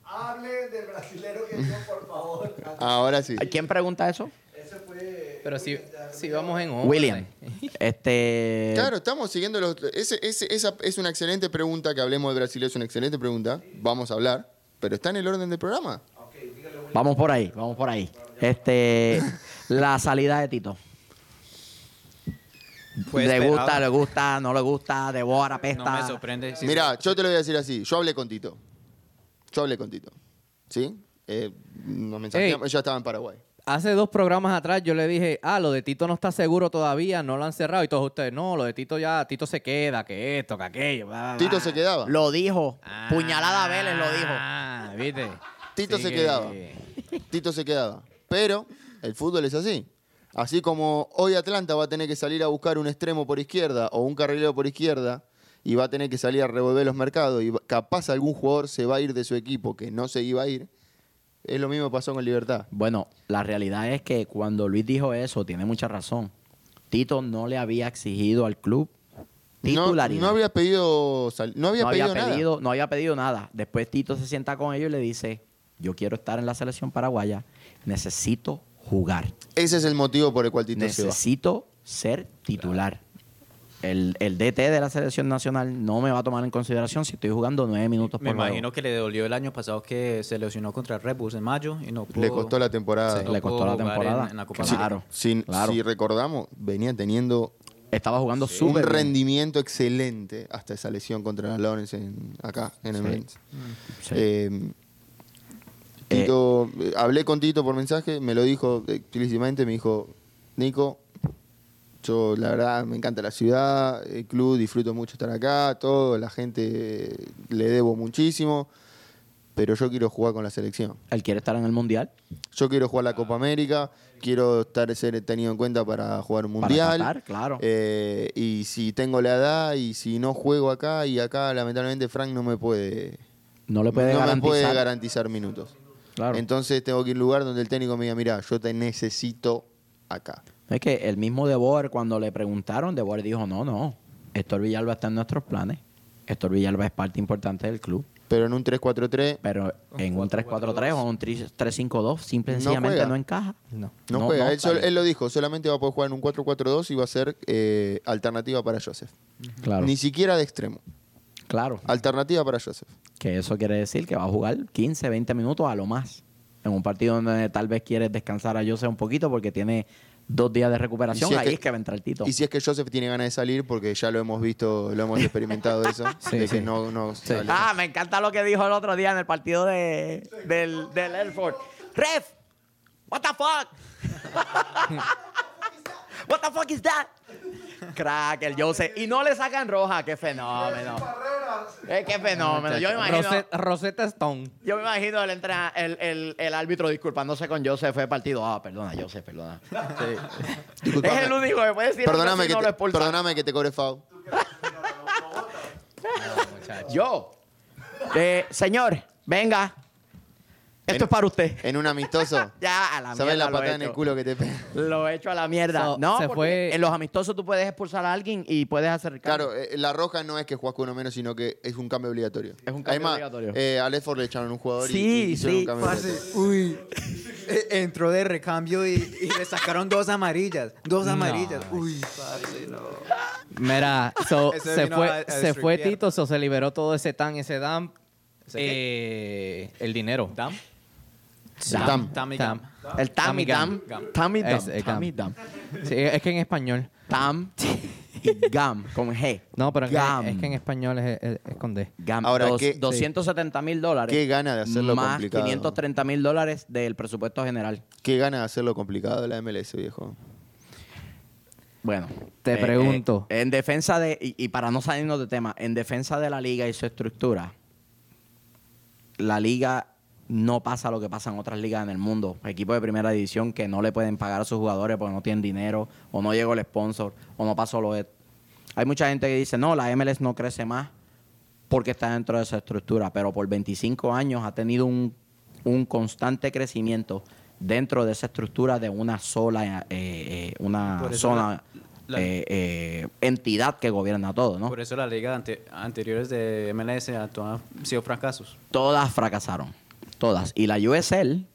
[SPEAKER 5] Hable del brasilero que llegó, por favor.
[SPEAKER 3] ahora sí.
[SPEAKER 1] ¿Quién pregunta eso?
[SPEAKER 5] Ese fue.
[SPEAKER 2] Pero si, si vamos en orden. <laughs>
[SPEAKER 1] William. Este.
[SPEAKER 3] Claro, estamos siguiendo los. ese- ese- esa es una excelente pregunta que hablemos de Brasil, es una excelente pregunta. Vamos a hablar, pero está en el orden del programa.
[SPEAKER 1] Vamos por ahí, vamos por ahí. Este, la salida de Tito.
[SPEAKER 4] Fue
[SPEAKER 1] le
[SPEAKER 4] esperado.
[SPEAKER 1] gusta, le gusta, no le gusta, devora, pesta.
[SPEAKER 4] No me sorprende. sí,
[SPEAKER 3] Mirá, yo te lo voy a decir así. Yo hablé con Tito. Yo hablé con Tito. ¿Sí? Eh, nos mensajeamos, ya estaba en Paraguay.
[SPEAKER 2] Hace dos programas atrás yo le dije, ah, lo de Tito no está seguro todavía, no lo han cerrado. Y todos ustedes, no, lo de Tito ya, Tito se queda, que esto, que aquello.
[SPEAKER 4] Ah.
[SPEAKER 2] bla, bla,
[SPEAKER 3] Tito
[SPEAKER 2] bla".
[SPEAKER 3] se quedaba.
[SPEAKER 1] Lo dijo.
[SPEAKER 2] Ah,
[SPEAKER 1] Puñalada Vélez lo dijo.
[SPEAKER 2] Ah, ¿viste?
[SPEAKER 3] Tito se
[SPEAKER 2] que-
[SPEAKER 3] quedaba. Tito se quedaba. Pero el fútbol es así. Así como hoy Atlanta va a tener que salir a buscar un extremo por izquierda o un carrilero por izquierda y va a tener que salir a revolver los mercados y va- capaz algún jugador se va a ir de su equipo que no se iba a ir, es lo mismo que pasó con Libertad.
[SPEAKER 1] Bueno, la realidad es que cuando Luis dijo eso, tiene mucha razón. Tito no le había exigido al club
[SPEAKER 3] No,
[SPEAKER 1] titularidad.
[SPEAKER 3] no había pedido, sal- no había
[SPEAKER 1] no
[SPEAKER 3] pedido
[SPEAKER 1] había
[SPEAKER 3] nada.
[SPEAKER 1] pedido, no había pedido nada. Después Tito se sienta con ellos y le dice, yo quiero estar en la selección paraguaya, necesito jugar.
[SPEAKER 3] Ese es el motivo por el cual Tito se va.
[SPEAKER 1] necesito ser titular. El, el DT de la selección nacional no me va a tomar en consideración si estoy jugando nueve minutos
[SPEAKER 4] Me
[SPEAKER 1] por juego.
[SPEAKER 4] imagino que le dolió el año pasado que se lesionó contra Red Bulls en mayo y no pudo.
[SPEAKER 3] Le costó
[SPEAKER 4] <laughs>
[SPEAKER 3] la temporada.
[SPEAKER 4] Sí.
[SPEAKER 1] le costó la
[SPEAKER 4] pudo jugar
[SPEAKER 1] temporada.
[SPEAKER 4] en- en la Copa
[SPEAKER 1] claro,
[SPEAKER 3] Si,
[SPEAKER 1] claro.
[SPEAKER 3] si recordamos, venía teniendo
[SPEAKER 1] Estaba jugando
[SPEAKER 3] un
[SPEAKER 1] súper bien.
[SPEAKER 3] rendimiento excelente hasta esa lesión contra los Lawrence en- acá, en el
[SPEAKER 1] Sí.
[SPEAKER 3] Men's.
[SPEAKER 1] Sí.
[SPEAKER 3] Eh, Tito, eh, hablé con Tito por mensaje, me lo dijo eh, explícitamente, me dijo, Nico, yo la verdad me encanta la ciudad, el club, disfruto mucho estar acá, todo, la gente eh, le debo muchísimo, pero yo quiero jugar con la selección.
[SPEAKER 1] Él quiere estar en el Mundial.
[SPEAKER 3] Yo quiero jugar
[SPEAKER 1] Ah.
[SPEAKER 3] la Copa América, quiero estar ser tenido en cuenta para jugar un mundial.
[SPEAKER 1] Qatar, claro.
[SPEAKER 3] Eh, y si tengo la edad y si no juego acá y acá lamentablemente Frank no me puede
[SPEAKER 1] No le puede
[SPEAKER 3] no
[SPEAKER 1] garantizar.
[SPEAKER 3] me puede garantizar minutos.
[SPEAKER 1] Claro.
[SPEAKER 3] Entonces tengo que ir a un lugar donde el técnico me diga, mira, yo te necesito acá.
[SPEAKER 1] Es que el mismo De Boer, cuando le preguntaron, De Boer dijo, no, no, Héctor Villalba está en nuestros planes. Héctor Villalba es parte importante del club.
[SPEAKER 3] Pero en un 3-4-3
[SPEAKER 1] Pero en un 3-4-3 o un 3-5-2, simple y
[SPEAKER 3] No
[SPEAKER 1] sencillamente
[SPEAKER 3] juega.
[SPEAKER 1] no encaja.
[SPEAKER 2] No.
[SPEAKER 3] no, juega. él,
[SPEAKER 1] está
[SPEAKER 3] sol-
[SPEAKER 1] bien.
[SPEAKER 3] él lo dijo, solamente va a poder jugar en un 4-4-2 y va a ser eh, alternativa para Joseph.
[SPEAKER 1] Claro.
[SPEAKER 3] Ni siquiera de extremo.
[SPEAKER 1] Claro.
[SPEAKER 3] Ah. Alternativa para Joseph.
[SPEAKER 1] Que eso quiere decir que va a jugar 15, 20 minutos a lo más. En un partido donde tal vez quieres descansar a Joseph un poquito porque tiene dos días de recuperación.
[SPEAKER 3] si es
[SPEAKER 1] ahí
[SPEAKER 3] que-
[SPEAKER 1] es que va a entrar Tito.
[SPEAKER 3] Y si es que Joseph tiene ganas de salir, porque ya lo hemos visto, lo hemos experimentado
[SPEAKER 1] <laughs>
[SPEAKER 3] eso,
[SPEAKER 2] Sí,
[SPEAKER 3] de que
[SPEAKER 2] sí.
[SPEAKER 3] no, no sale.
[SPEAKER 1] Ah, me encanta lo que dijo el otro día en el partido de, del, del Airford. Ref, what the fuck? <laughs> what the fuck is that? Crack, el Jose. Y no le sacan roja, qué fenómeno. Eh, qué fenómeno. Yo me imagino.
[SPEAKER 2] Rose- Rosetta Stone.
[SPEAKER 1] Yo me imagino el, entra- el, el, el árbitro disculpándose con Joseph fue partido. Ah, perdona, Joseph, perdona.
[SPEAKER 4] <laughs>
[SPEAKER 3] Disculpame.
[SPEAKER 1] Es el único que puede decir
[SPEAKER 3] Perdóname,
[SPEAKER 1] algo
[SPEAKER 3] que
[SPEAKER 1] así, no lo
[SPEAKER 3] te,
[SPEAKER 1] expulsan.
[SPEAKER 3] perdóname que te cobre foul.
[SPEAKER 1] Yo. Eh, señor, venga. Esto
[SPEAKER 3] En-
[SPEAKER 1] es para usted.
[SPEAKER 3] En
[SPEAKER 1] <laughs>
[SPEAKER 3] un amistoso.
[SPEAKER 1] Ya, a la
[SPEAKER 3] ¿Sabes
[SPEAKER 1] mierda. lo he
[SPEAKER 3] la patada en el
[SPEAKER 1] hecho.
[SPEAKER 3] culo que te pega?
[SPEAKER 1] <laughs> Lo he hecho a la mierda.
[SPEAKER 2] So,
[SPEAKER 1] no,
[SPEAKER 2] se
[SPEAKER 1] porque
[SPEAKER 2] fue-
[SPEAKER 1] en los amistosos tú puedes expulsar a alguien y puedes hacer cambio.
[SPEAKER 3] Claro, eh, la roja no es que juegas con uno menos, sino que es un cambio obligatorio.
[SPEAKER 1] Es un cambio
[SPEAKER 3] Además,
[SPEAKER 1] obligatorio.
[SPEAKER 3] eh, a Ledford le echaron un jugador y-
[SPEAKER 1] Sí,
[SPEAKER 3] y, hicieron
[SPEAKER 1] sí.
[SPEAKER 3] un cambio
[SPEAKER 4] Parce,
[SPEAKER 3] obligatorio.
[SPEAKER 4] uy. <laughs> E- Entró de recambio y, y le sacaron dos amarillas. Dos amarillas. Uy, parce, no.
[SPEAKER 1] <laughs>
[SPEAKER 2] Mira, so,
[SPEAKER 4] Ese
[SPEAKER 2] se
[SPEAKER 4] vino
[SPEAKER 2] fue,
[SPEAKER 4] a- a
[SPEAKER 2] se fue
[SPEAKER 4] destripear.
[SPEAKER 2] Tito, so, se liberó todo ese tan, ese dam.
[SPEAKER 4] ¿Ese
[SPEAKER 2] eh, el dinero.
[SPEAKER 4] ¿Dam?
[SPEAKER 3] Tam.
[SPEAKER 4] Tam y
[SPEAKER 2] Tam.
[SPEAKER 4] gam.
[SPEAKER 1] El Tammy Dam.
[SPEAKER 2] Tam
[SPEAKER 1] Tammy Dam.
[SPEAKER 2] Es- es
[SPEAKER 1] Tammy
[SPEAKER 2] Gam.
[SPEAKER 1] Dam.
[SPEAKER 2] Sí, es que en español.
[SPEAKER 1] Tam y Gam con G.
[SPEAKER 2] No, pero es
[SPEAKER 1] Gam.
[SPEAKER 2] que, es que en español es, es- es con D.
[SPEAKER 1] Gam.
[SPEAKER 3] Ahora,
[SPEAKER 1] Dos-
[SPEAKER 3] ¿qué-
[SPEAKER 1] 270 mil dólares.
[SPEAKER 3] qué gana de hacerlo
[SPEAKER 1] Más
[SPEAKER 3] complicado?
[SPEAKER 1] 530 mil dólares del presupuesto general.
[SPEAKER 3] Qué gana de hacerlo complicado la MLS, viejo.
[SPEAKER 1] Bueno. eh,
[SPEAKER 2] Te pregunto.
[SPEAKER 1] en defensa de, y, y para no salirnos de tema, en defensa de la liga y su estructura, la liga no pasa lo que pasa en otras ligas en el mundo. Equipos de primera división que no le pueden pagar a sus jugadores porque no tienen dinero, o no llegó el sponsor, o no pasó lo de... Hay mucha gente que dice, no, la MLS no crece más porque está dentro de esa estructura, pero por 25 años ha tenido un, un constante crecimiento dentro de esa estructura de una sola eh, eh, una
[SPEAKER 4] Por eso
[SPEAKER 1] zona
[SPEAKER 4] la- la-
[SPEAKER 1] eh, eh, entidad que gobierna todo, ¿no?
[SPEAKER 3] e-
[SPEAKER 4] Por eso las ligas ante- anteriores de MLS a todas han sido fracasos.
[SPEAKER 1] Todas fracasaron, todas. Y la USL,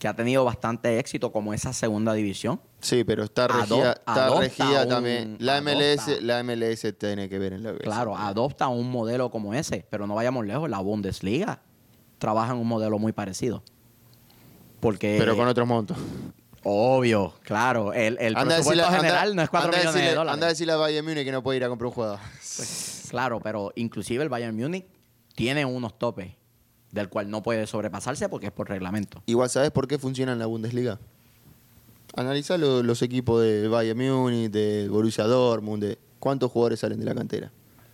[SPEAKER 1] que ha tenido bastante éxito como esa segunda división,
[SPEAKER 3] Sí, pero está
[SPEAKER 1] Adop-
[SPEAKER 3] regida, está
[SPEAKER 1] adopta
[SPEAKER 3] regida
[SPEAKER 1] un-
[SPEAKER 3] también. La
[SPEAKER 1] adopta.
[SPEAKER 3] MLS, la MLS tiene que ver en la MLS.
[SPEAKER 1] claro, adopta un modelo como ese, pero no vayamos lejos, la Bundesliga trabaja en un modelo muy parecido. Porque
[SPEAKER 3] Pero con otros montos.
[SPEAKER 1] Obvio, claro. El, el
[SPEAKER 3] Anda a
[SPEAKER 1] presupuesto
[SPEAKER 3] decirle- anda-
[SPEAKER 1] general no es 4
[SPEAKER 3] anda a
[SPEAKER 1] millones de
[SPEAKER 3] decirle-
[SPEAKER 1] dólares.
[SPEAKER 3] Anda a decirle a Bayern Múnich que no puede ir a comprar un jugador.
[SPEAKER 1] Claro, pero inclusive el Bayern Múnich tiene unos topes del cual no puede sobrepasarse porque es por reglamento.
[SPEAKER 3] Igual, ¿sabes por qué funciona en la Bundesliga? Analiza lo- los equipos de Bayern Múnich, de Borussia Dortmund, de cuántos jugadores salen de la cantera.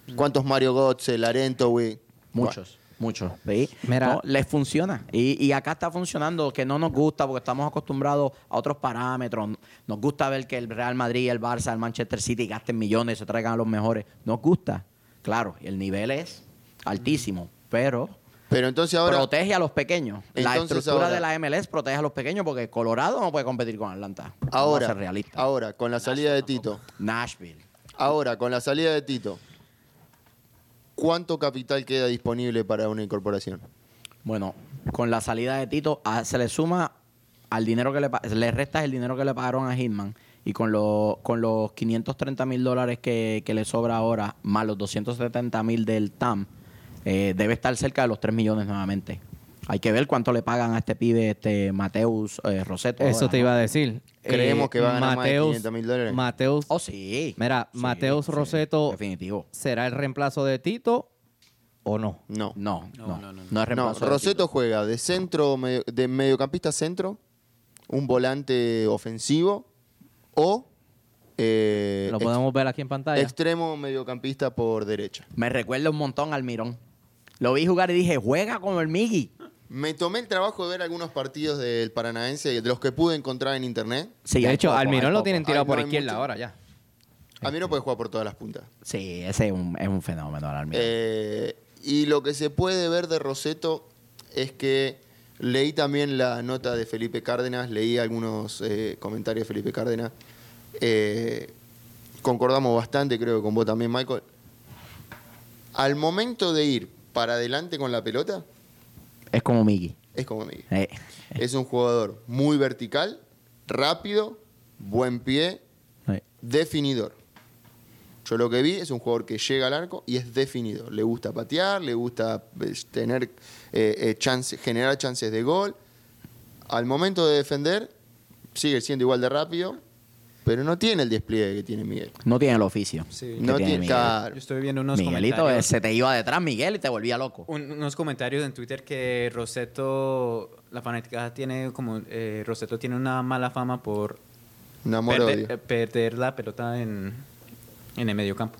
[SPEAKER 1] Mm.
[SPEAKER 3] ¿Cuántos Mario Götze, Larento, güey?
[SPEAKER 1] Muchos, muchos. Sí.
[SPEAKER 2] Mira.
[SPEAKER 1] No, les funciona. Y, y acá está funcionando, que no nos gusta porque estamos acostumbrados a otros parámetros. Nos gusta ver que el Real Madrid, el Barça, el Manchester City gasten millones, se traigan a los mejores. Nos gusta. Claro, el nivel es altísimo, pero
[SPEAKER 3] Pero entonces ahora...
[SPEAKER 1] protege a los pequeños. la
[SPEAKER 3] Entonces,
[SPEAKER 1] estructura
[SPEAKER 3] ahora-
[SPEAKER 1] de la MLS protege a los pequeños porque Colorado no puede competir con Atlanta. Vamos a
[SPEAKER 3] ahora,
[SPEAKER 1] ser realistas.
[SPEAKER 3] ahora, con la salida de Tito.
[SPEAKER 1] Nashville.
[SPEAKER 3] Ahora, con la salida de Tito. ¿Cuánto capital queda disponible para una incorporación?
[SPEAKER 1] Bueno, con la salida de Tito a- se le suma al dinero que le, pa- le restas el dinero que le pagaron a Hitman y con, los con los 530 mil dólares que, que le sobra ahora, más los 270 mil del TAM, eh, debe estar cerca de los 3 millones nuevamente. Hay que ver cuánto le pagan a este pibe, este Mateus eh, Roseto.
[SPEAKER 2] Eso
[SPEAKER 1] ahora,
[SPEAKER 2] te
[SPEAKER 1] ¿no?
[SPEAKER 2] iba a decir. Eh,
[SPEAKER 3] Creemos que va a ganar más de 500.000 dólares.
[SPEAKER 2] Mateus.
[SPEAKER 1] Oh, sí.
[SPEAKER 2] Mira,
[SPEAKER 1] Sí,
[SPEAKER 2] Mateus
[SPEAKER 1] sí,
[SPEAKER 2] Roseto
[SPEAKER 1] Definitivo.
[SPEAKER 2] será el reemplazo de Tito o no.
[SPEAKER 3] No.
[SPEAKER 1] No, no, no.
[SPEAKER 4] no, no,
[SPEAKER 1] es
[SPEAKER 3] No,
[SPEAKER 1] reemplazo de
[SPEAKER 3] Roseto
[SPEAKER 1] Tito.
[SPEAKER 3] juega de centro, medio- de mediocampista centro, un volante ofensivo o eh,
[SPEAKER 2] Lo
[SPEAKER 3] ex-
[SPEAKER 2] podemos ver aquí en pantalla.
[SPEAKER 3] extremo mediocampista por derecha.
[SPEAKER 1] Me recuerda un montón al Mirón. Lo vi jugar y dije, juega como el Miggy.
[SPEAKER 3] Me tomé el trabajo de ver algunos partidos del Paranaense, de los que pude encontrar en internet.
[SPEAKER 1] Sí,
[SPEAKER 2] de
[SPEAKER 1] hay
[SPEAKER 2] hecho,
[SPEAKER 1] poco,
[SPEAKER 2] Almirón
[SPEAKER 1] hay
[SPEAKER 2] lo
[SPEAKER 1] poco.
[SPEAKER 2] tienen tirado
[SPEAKER 3] Ay, no
[SPEAKER 2] por
[SPEAKER 3] hay
[SPEAKER 2] izquierda
[SPEAKER 3] mucho.
[SPEAKER 2] ahora ya.
[SPEAKER 3] A mí
[SPEAKER 2] Este.
[SPEAKER 3] no puede jugar por todas las puntas.
[SPEAKER 1] Sí, ese es un, es un fenómeno, el Almirón.
[SPEAKER 3] Eh, y lo que se puede ver de Roseto es que leí también la nota de Felipe Cárdenas, leí algunos eh, comentarios de Felipe Cárdenas. Eh, concordamos bastante, creo que con vos también, Michael. Al momento de ir para adelante con la pelota,
[SPEAKER 1] es como Miggy.
[SPEAKER 3] es como Miguel.
[SPEAKER 1] Eh,
[SPEAKER 3] Es un jugador muy vertical, rápido, buen pie,
[SPEAKER 1] eh.
[SPEAKER 3] definidor. Yo lo que vi es un jugador que llega al arco y es definido. Le gusta patear, le gusta eh, tener eh, eh, chance- generar chances de gol. Al momento de defender, sigue siendo igual de rápido, pero no tiene el despliegue que tiene Miguel.
[SPEAKER 1] No tiene el oficio.
[SPEAKER 4] Sí.
[SPEAKER 1] que
[SPEAKER 3] No tiene,
[SPEAKER 1] Miguel.
[SPEAKER 3] claro.
[SPEAKER 4] Yo estoy viendo unos
[SPEAKER 1] Miguelito eh,
[SPEAKER 4] comentarios.
[SPEAKER 1] se te iba detrás, Miguel, y te volvía loco.
[SPEAKER 4] un- unos comentarios en Twitter que Roseto, la fanática tiene como eh, Roseto tiene una mala fama por
[SPEAKER 3] Un amor
[SPEAKER 4] perder,
[SPEAKER 3] odio.
[SPEAKER 4] eh, perder la pelota en, en el medio campo.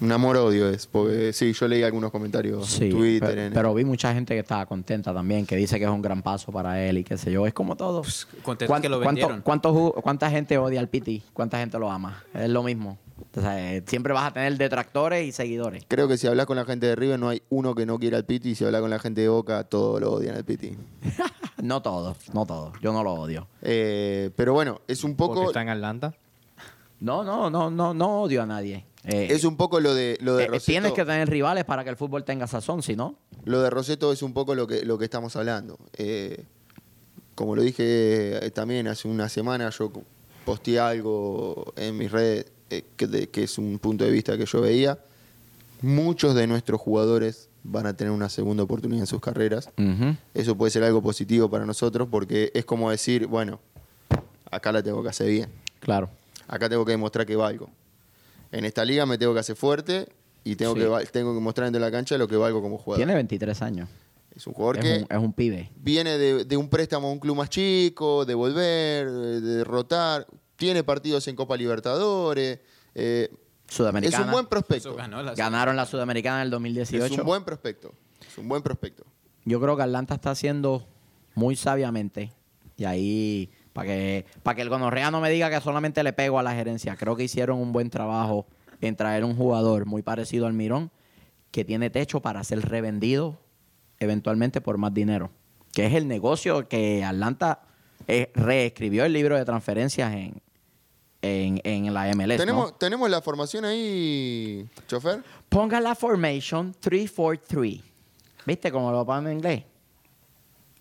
[SPEAKER 3] Un amor odio es, porque eh, sí, yo leí algunos comentarios
[SPEAKER 1] Sí,
[SPEAKER 3] en Twitter.
[SPEAKER 1] pero,
[SPEAKER 3] en-
[SPEAKER 1] pero vi mucha gente que estaba contenta también, que dice que es un gran paso para él y qué sé yo. Es como todo.
[SPEAKER 4] contentos
[SPEAKER 1] ¿Cuán-
[SPEAKER 4] que lo
[SPEAKER 1] cuánto-
[SPEAKER 4] vendieron.
[SPEAKER 1] cuánto ju- ¿Cuánta gente odia al Piti? ¿Cuánta gente lo ama? Es lo mismo. O sea, eh, siempre vas a tener detractores y seguidores.
[SPEAKER 3] Creo que si hablas con la gente de River no hay uno que no quiera al Piti. Y si hablas con la gente de Boca, todos lo odian al Piti.
[SPEAKER 1] No todos, no todos. Yo no lo odio.
[SPEAKER 3] Eh, pero bueno, es un poco,
[SPEAKER 2] está en Atlanta.
[SPEAKER 1] No, no, no, no, no odio a nadie. Eh,
[SPEAKER 3] es un poco lo de, lo de
[SPEAKER 1] eh,
[SPEAKER 3] Roseto.
[SPEAKER 1] tienes que tener rivales para que el fútbol tenga sazón, si no.
[SPEAKER 3] Lo de Roseto es un poco lo que, lo que estamos hablando. Eh, como lo dije eh, también hace una semana, yo co- posteé algo en mis redes eh, que, de- que es un punto de vista que yo veía. Muchos de nuestros jugadores van a tener una segunda oportunidad en sus carreras. Eso puede ser algo positivo para nosotros porque es como decir, bueno, acá la tengo que hacer bien.
[SPEAKER 1] Claro.
[SPEAKER 3] Acá tengo que demostrar que valgo. En esta liga me tengo que hacer fuerte y tengo,
[SPEAKER 1] Sí.
[SPEAKER 3] que, val- tengo que mostrar dentro de la cancha lo que valgo como jugador.
[SPEAKER 1] Tiene 23 años.
[SPEAKER 3] Es un jugador
[SPEAKER 1] Es
[SPEAKER 3] que
[SPEAKER 1] un, es un pibe.
[SPEAKER 3] viene de, de un préstamo a un club más chico, de volver, de derrotar. Tiene partidos en Copa Libertadores. eh, es
[SPEAKER 1] Sudamericana.
[SPEAKER 3] un buen
[SPEAKER 4] Eso
[SPEAKER 3] prospecto.
[SPEAKER 4] ganó la-
[SPEAKER 1] Ganaron la Sudamericana en el
[SPEAKER 3] Es
[SPEAKER 1] 2018.
[SPEAKER 3] un buen prospecto. Es un buen prospecto.
[SPEAKER 1] Yo creo que Atlanta está haciendo muy sabiamente. Y ahí, para que, para que el gonorrea no me diga que solamente le pego a la gerencia, creo que hicieron un buen trabajo en traer un jugador muy parecido al Mirón que tiene techo para ser revendido eventualmente por más dinero. Que es el negocio que Atlanta eh, reescribió el libro de transferencias en, en, en la MLS. ¿no?
[SPEAKER 3] ¿Tenemos, ¿Tenemos la formación ahí, chofer?
[SPEAKER 1] Ponga la formation 3-4-3. ¿Viste cómo lo ponen en inglés?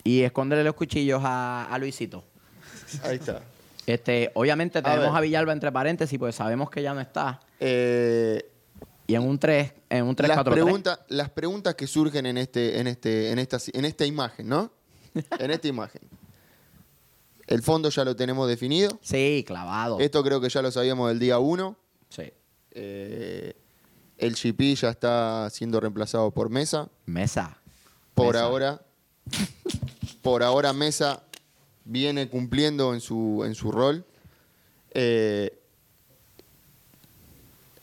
[SPEAKER 1] Y escóndele los cuchillos a, a Luisito.
[SPEAKER 3] Ahí está.
[SPEAKER 1] Este, obviamente tenemos
[SPEAKER 3] ver.
[SPEAKER 1] a, Villalba entre paréntesis, pues sabemos que ya no está.
[SPEAKER 3] Eh,
[SPEAKER 1] Y en un 3, en un 3
[SPEAKER 3] las,
[SPEAKER 1] 4
[SPEAKER 3] pregunta- las preguntas que surgen en este, en este, en esta, en esta imagen, ¿no? En esta imagen. El fondo ya lo tenemos definido.
[SPEAKER 1] Sí, clavado.
[SPEAKER 3] Esto creo que ya lo sabíamos del día 1.
[SPEAKER 1] Sí.
[SPEAKER 3] el GP ya está siendo reemplazado por Mesa.
[SPEAKER 1] Mesa.
[SPEAKER 3] Por
[SPEAKER 1] Mesa.
[SPEAKER 3] ahora, por ahora Mesa viene cumpliendo en su, en su rol. Eh,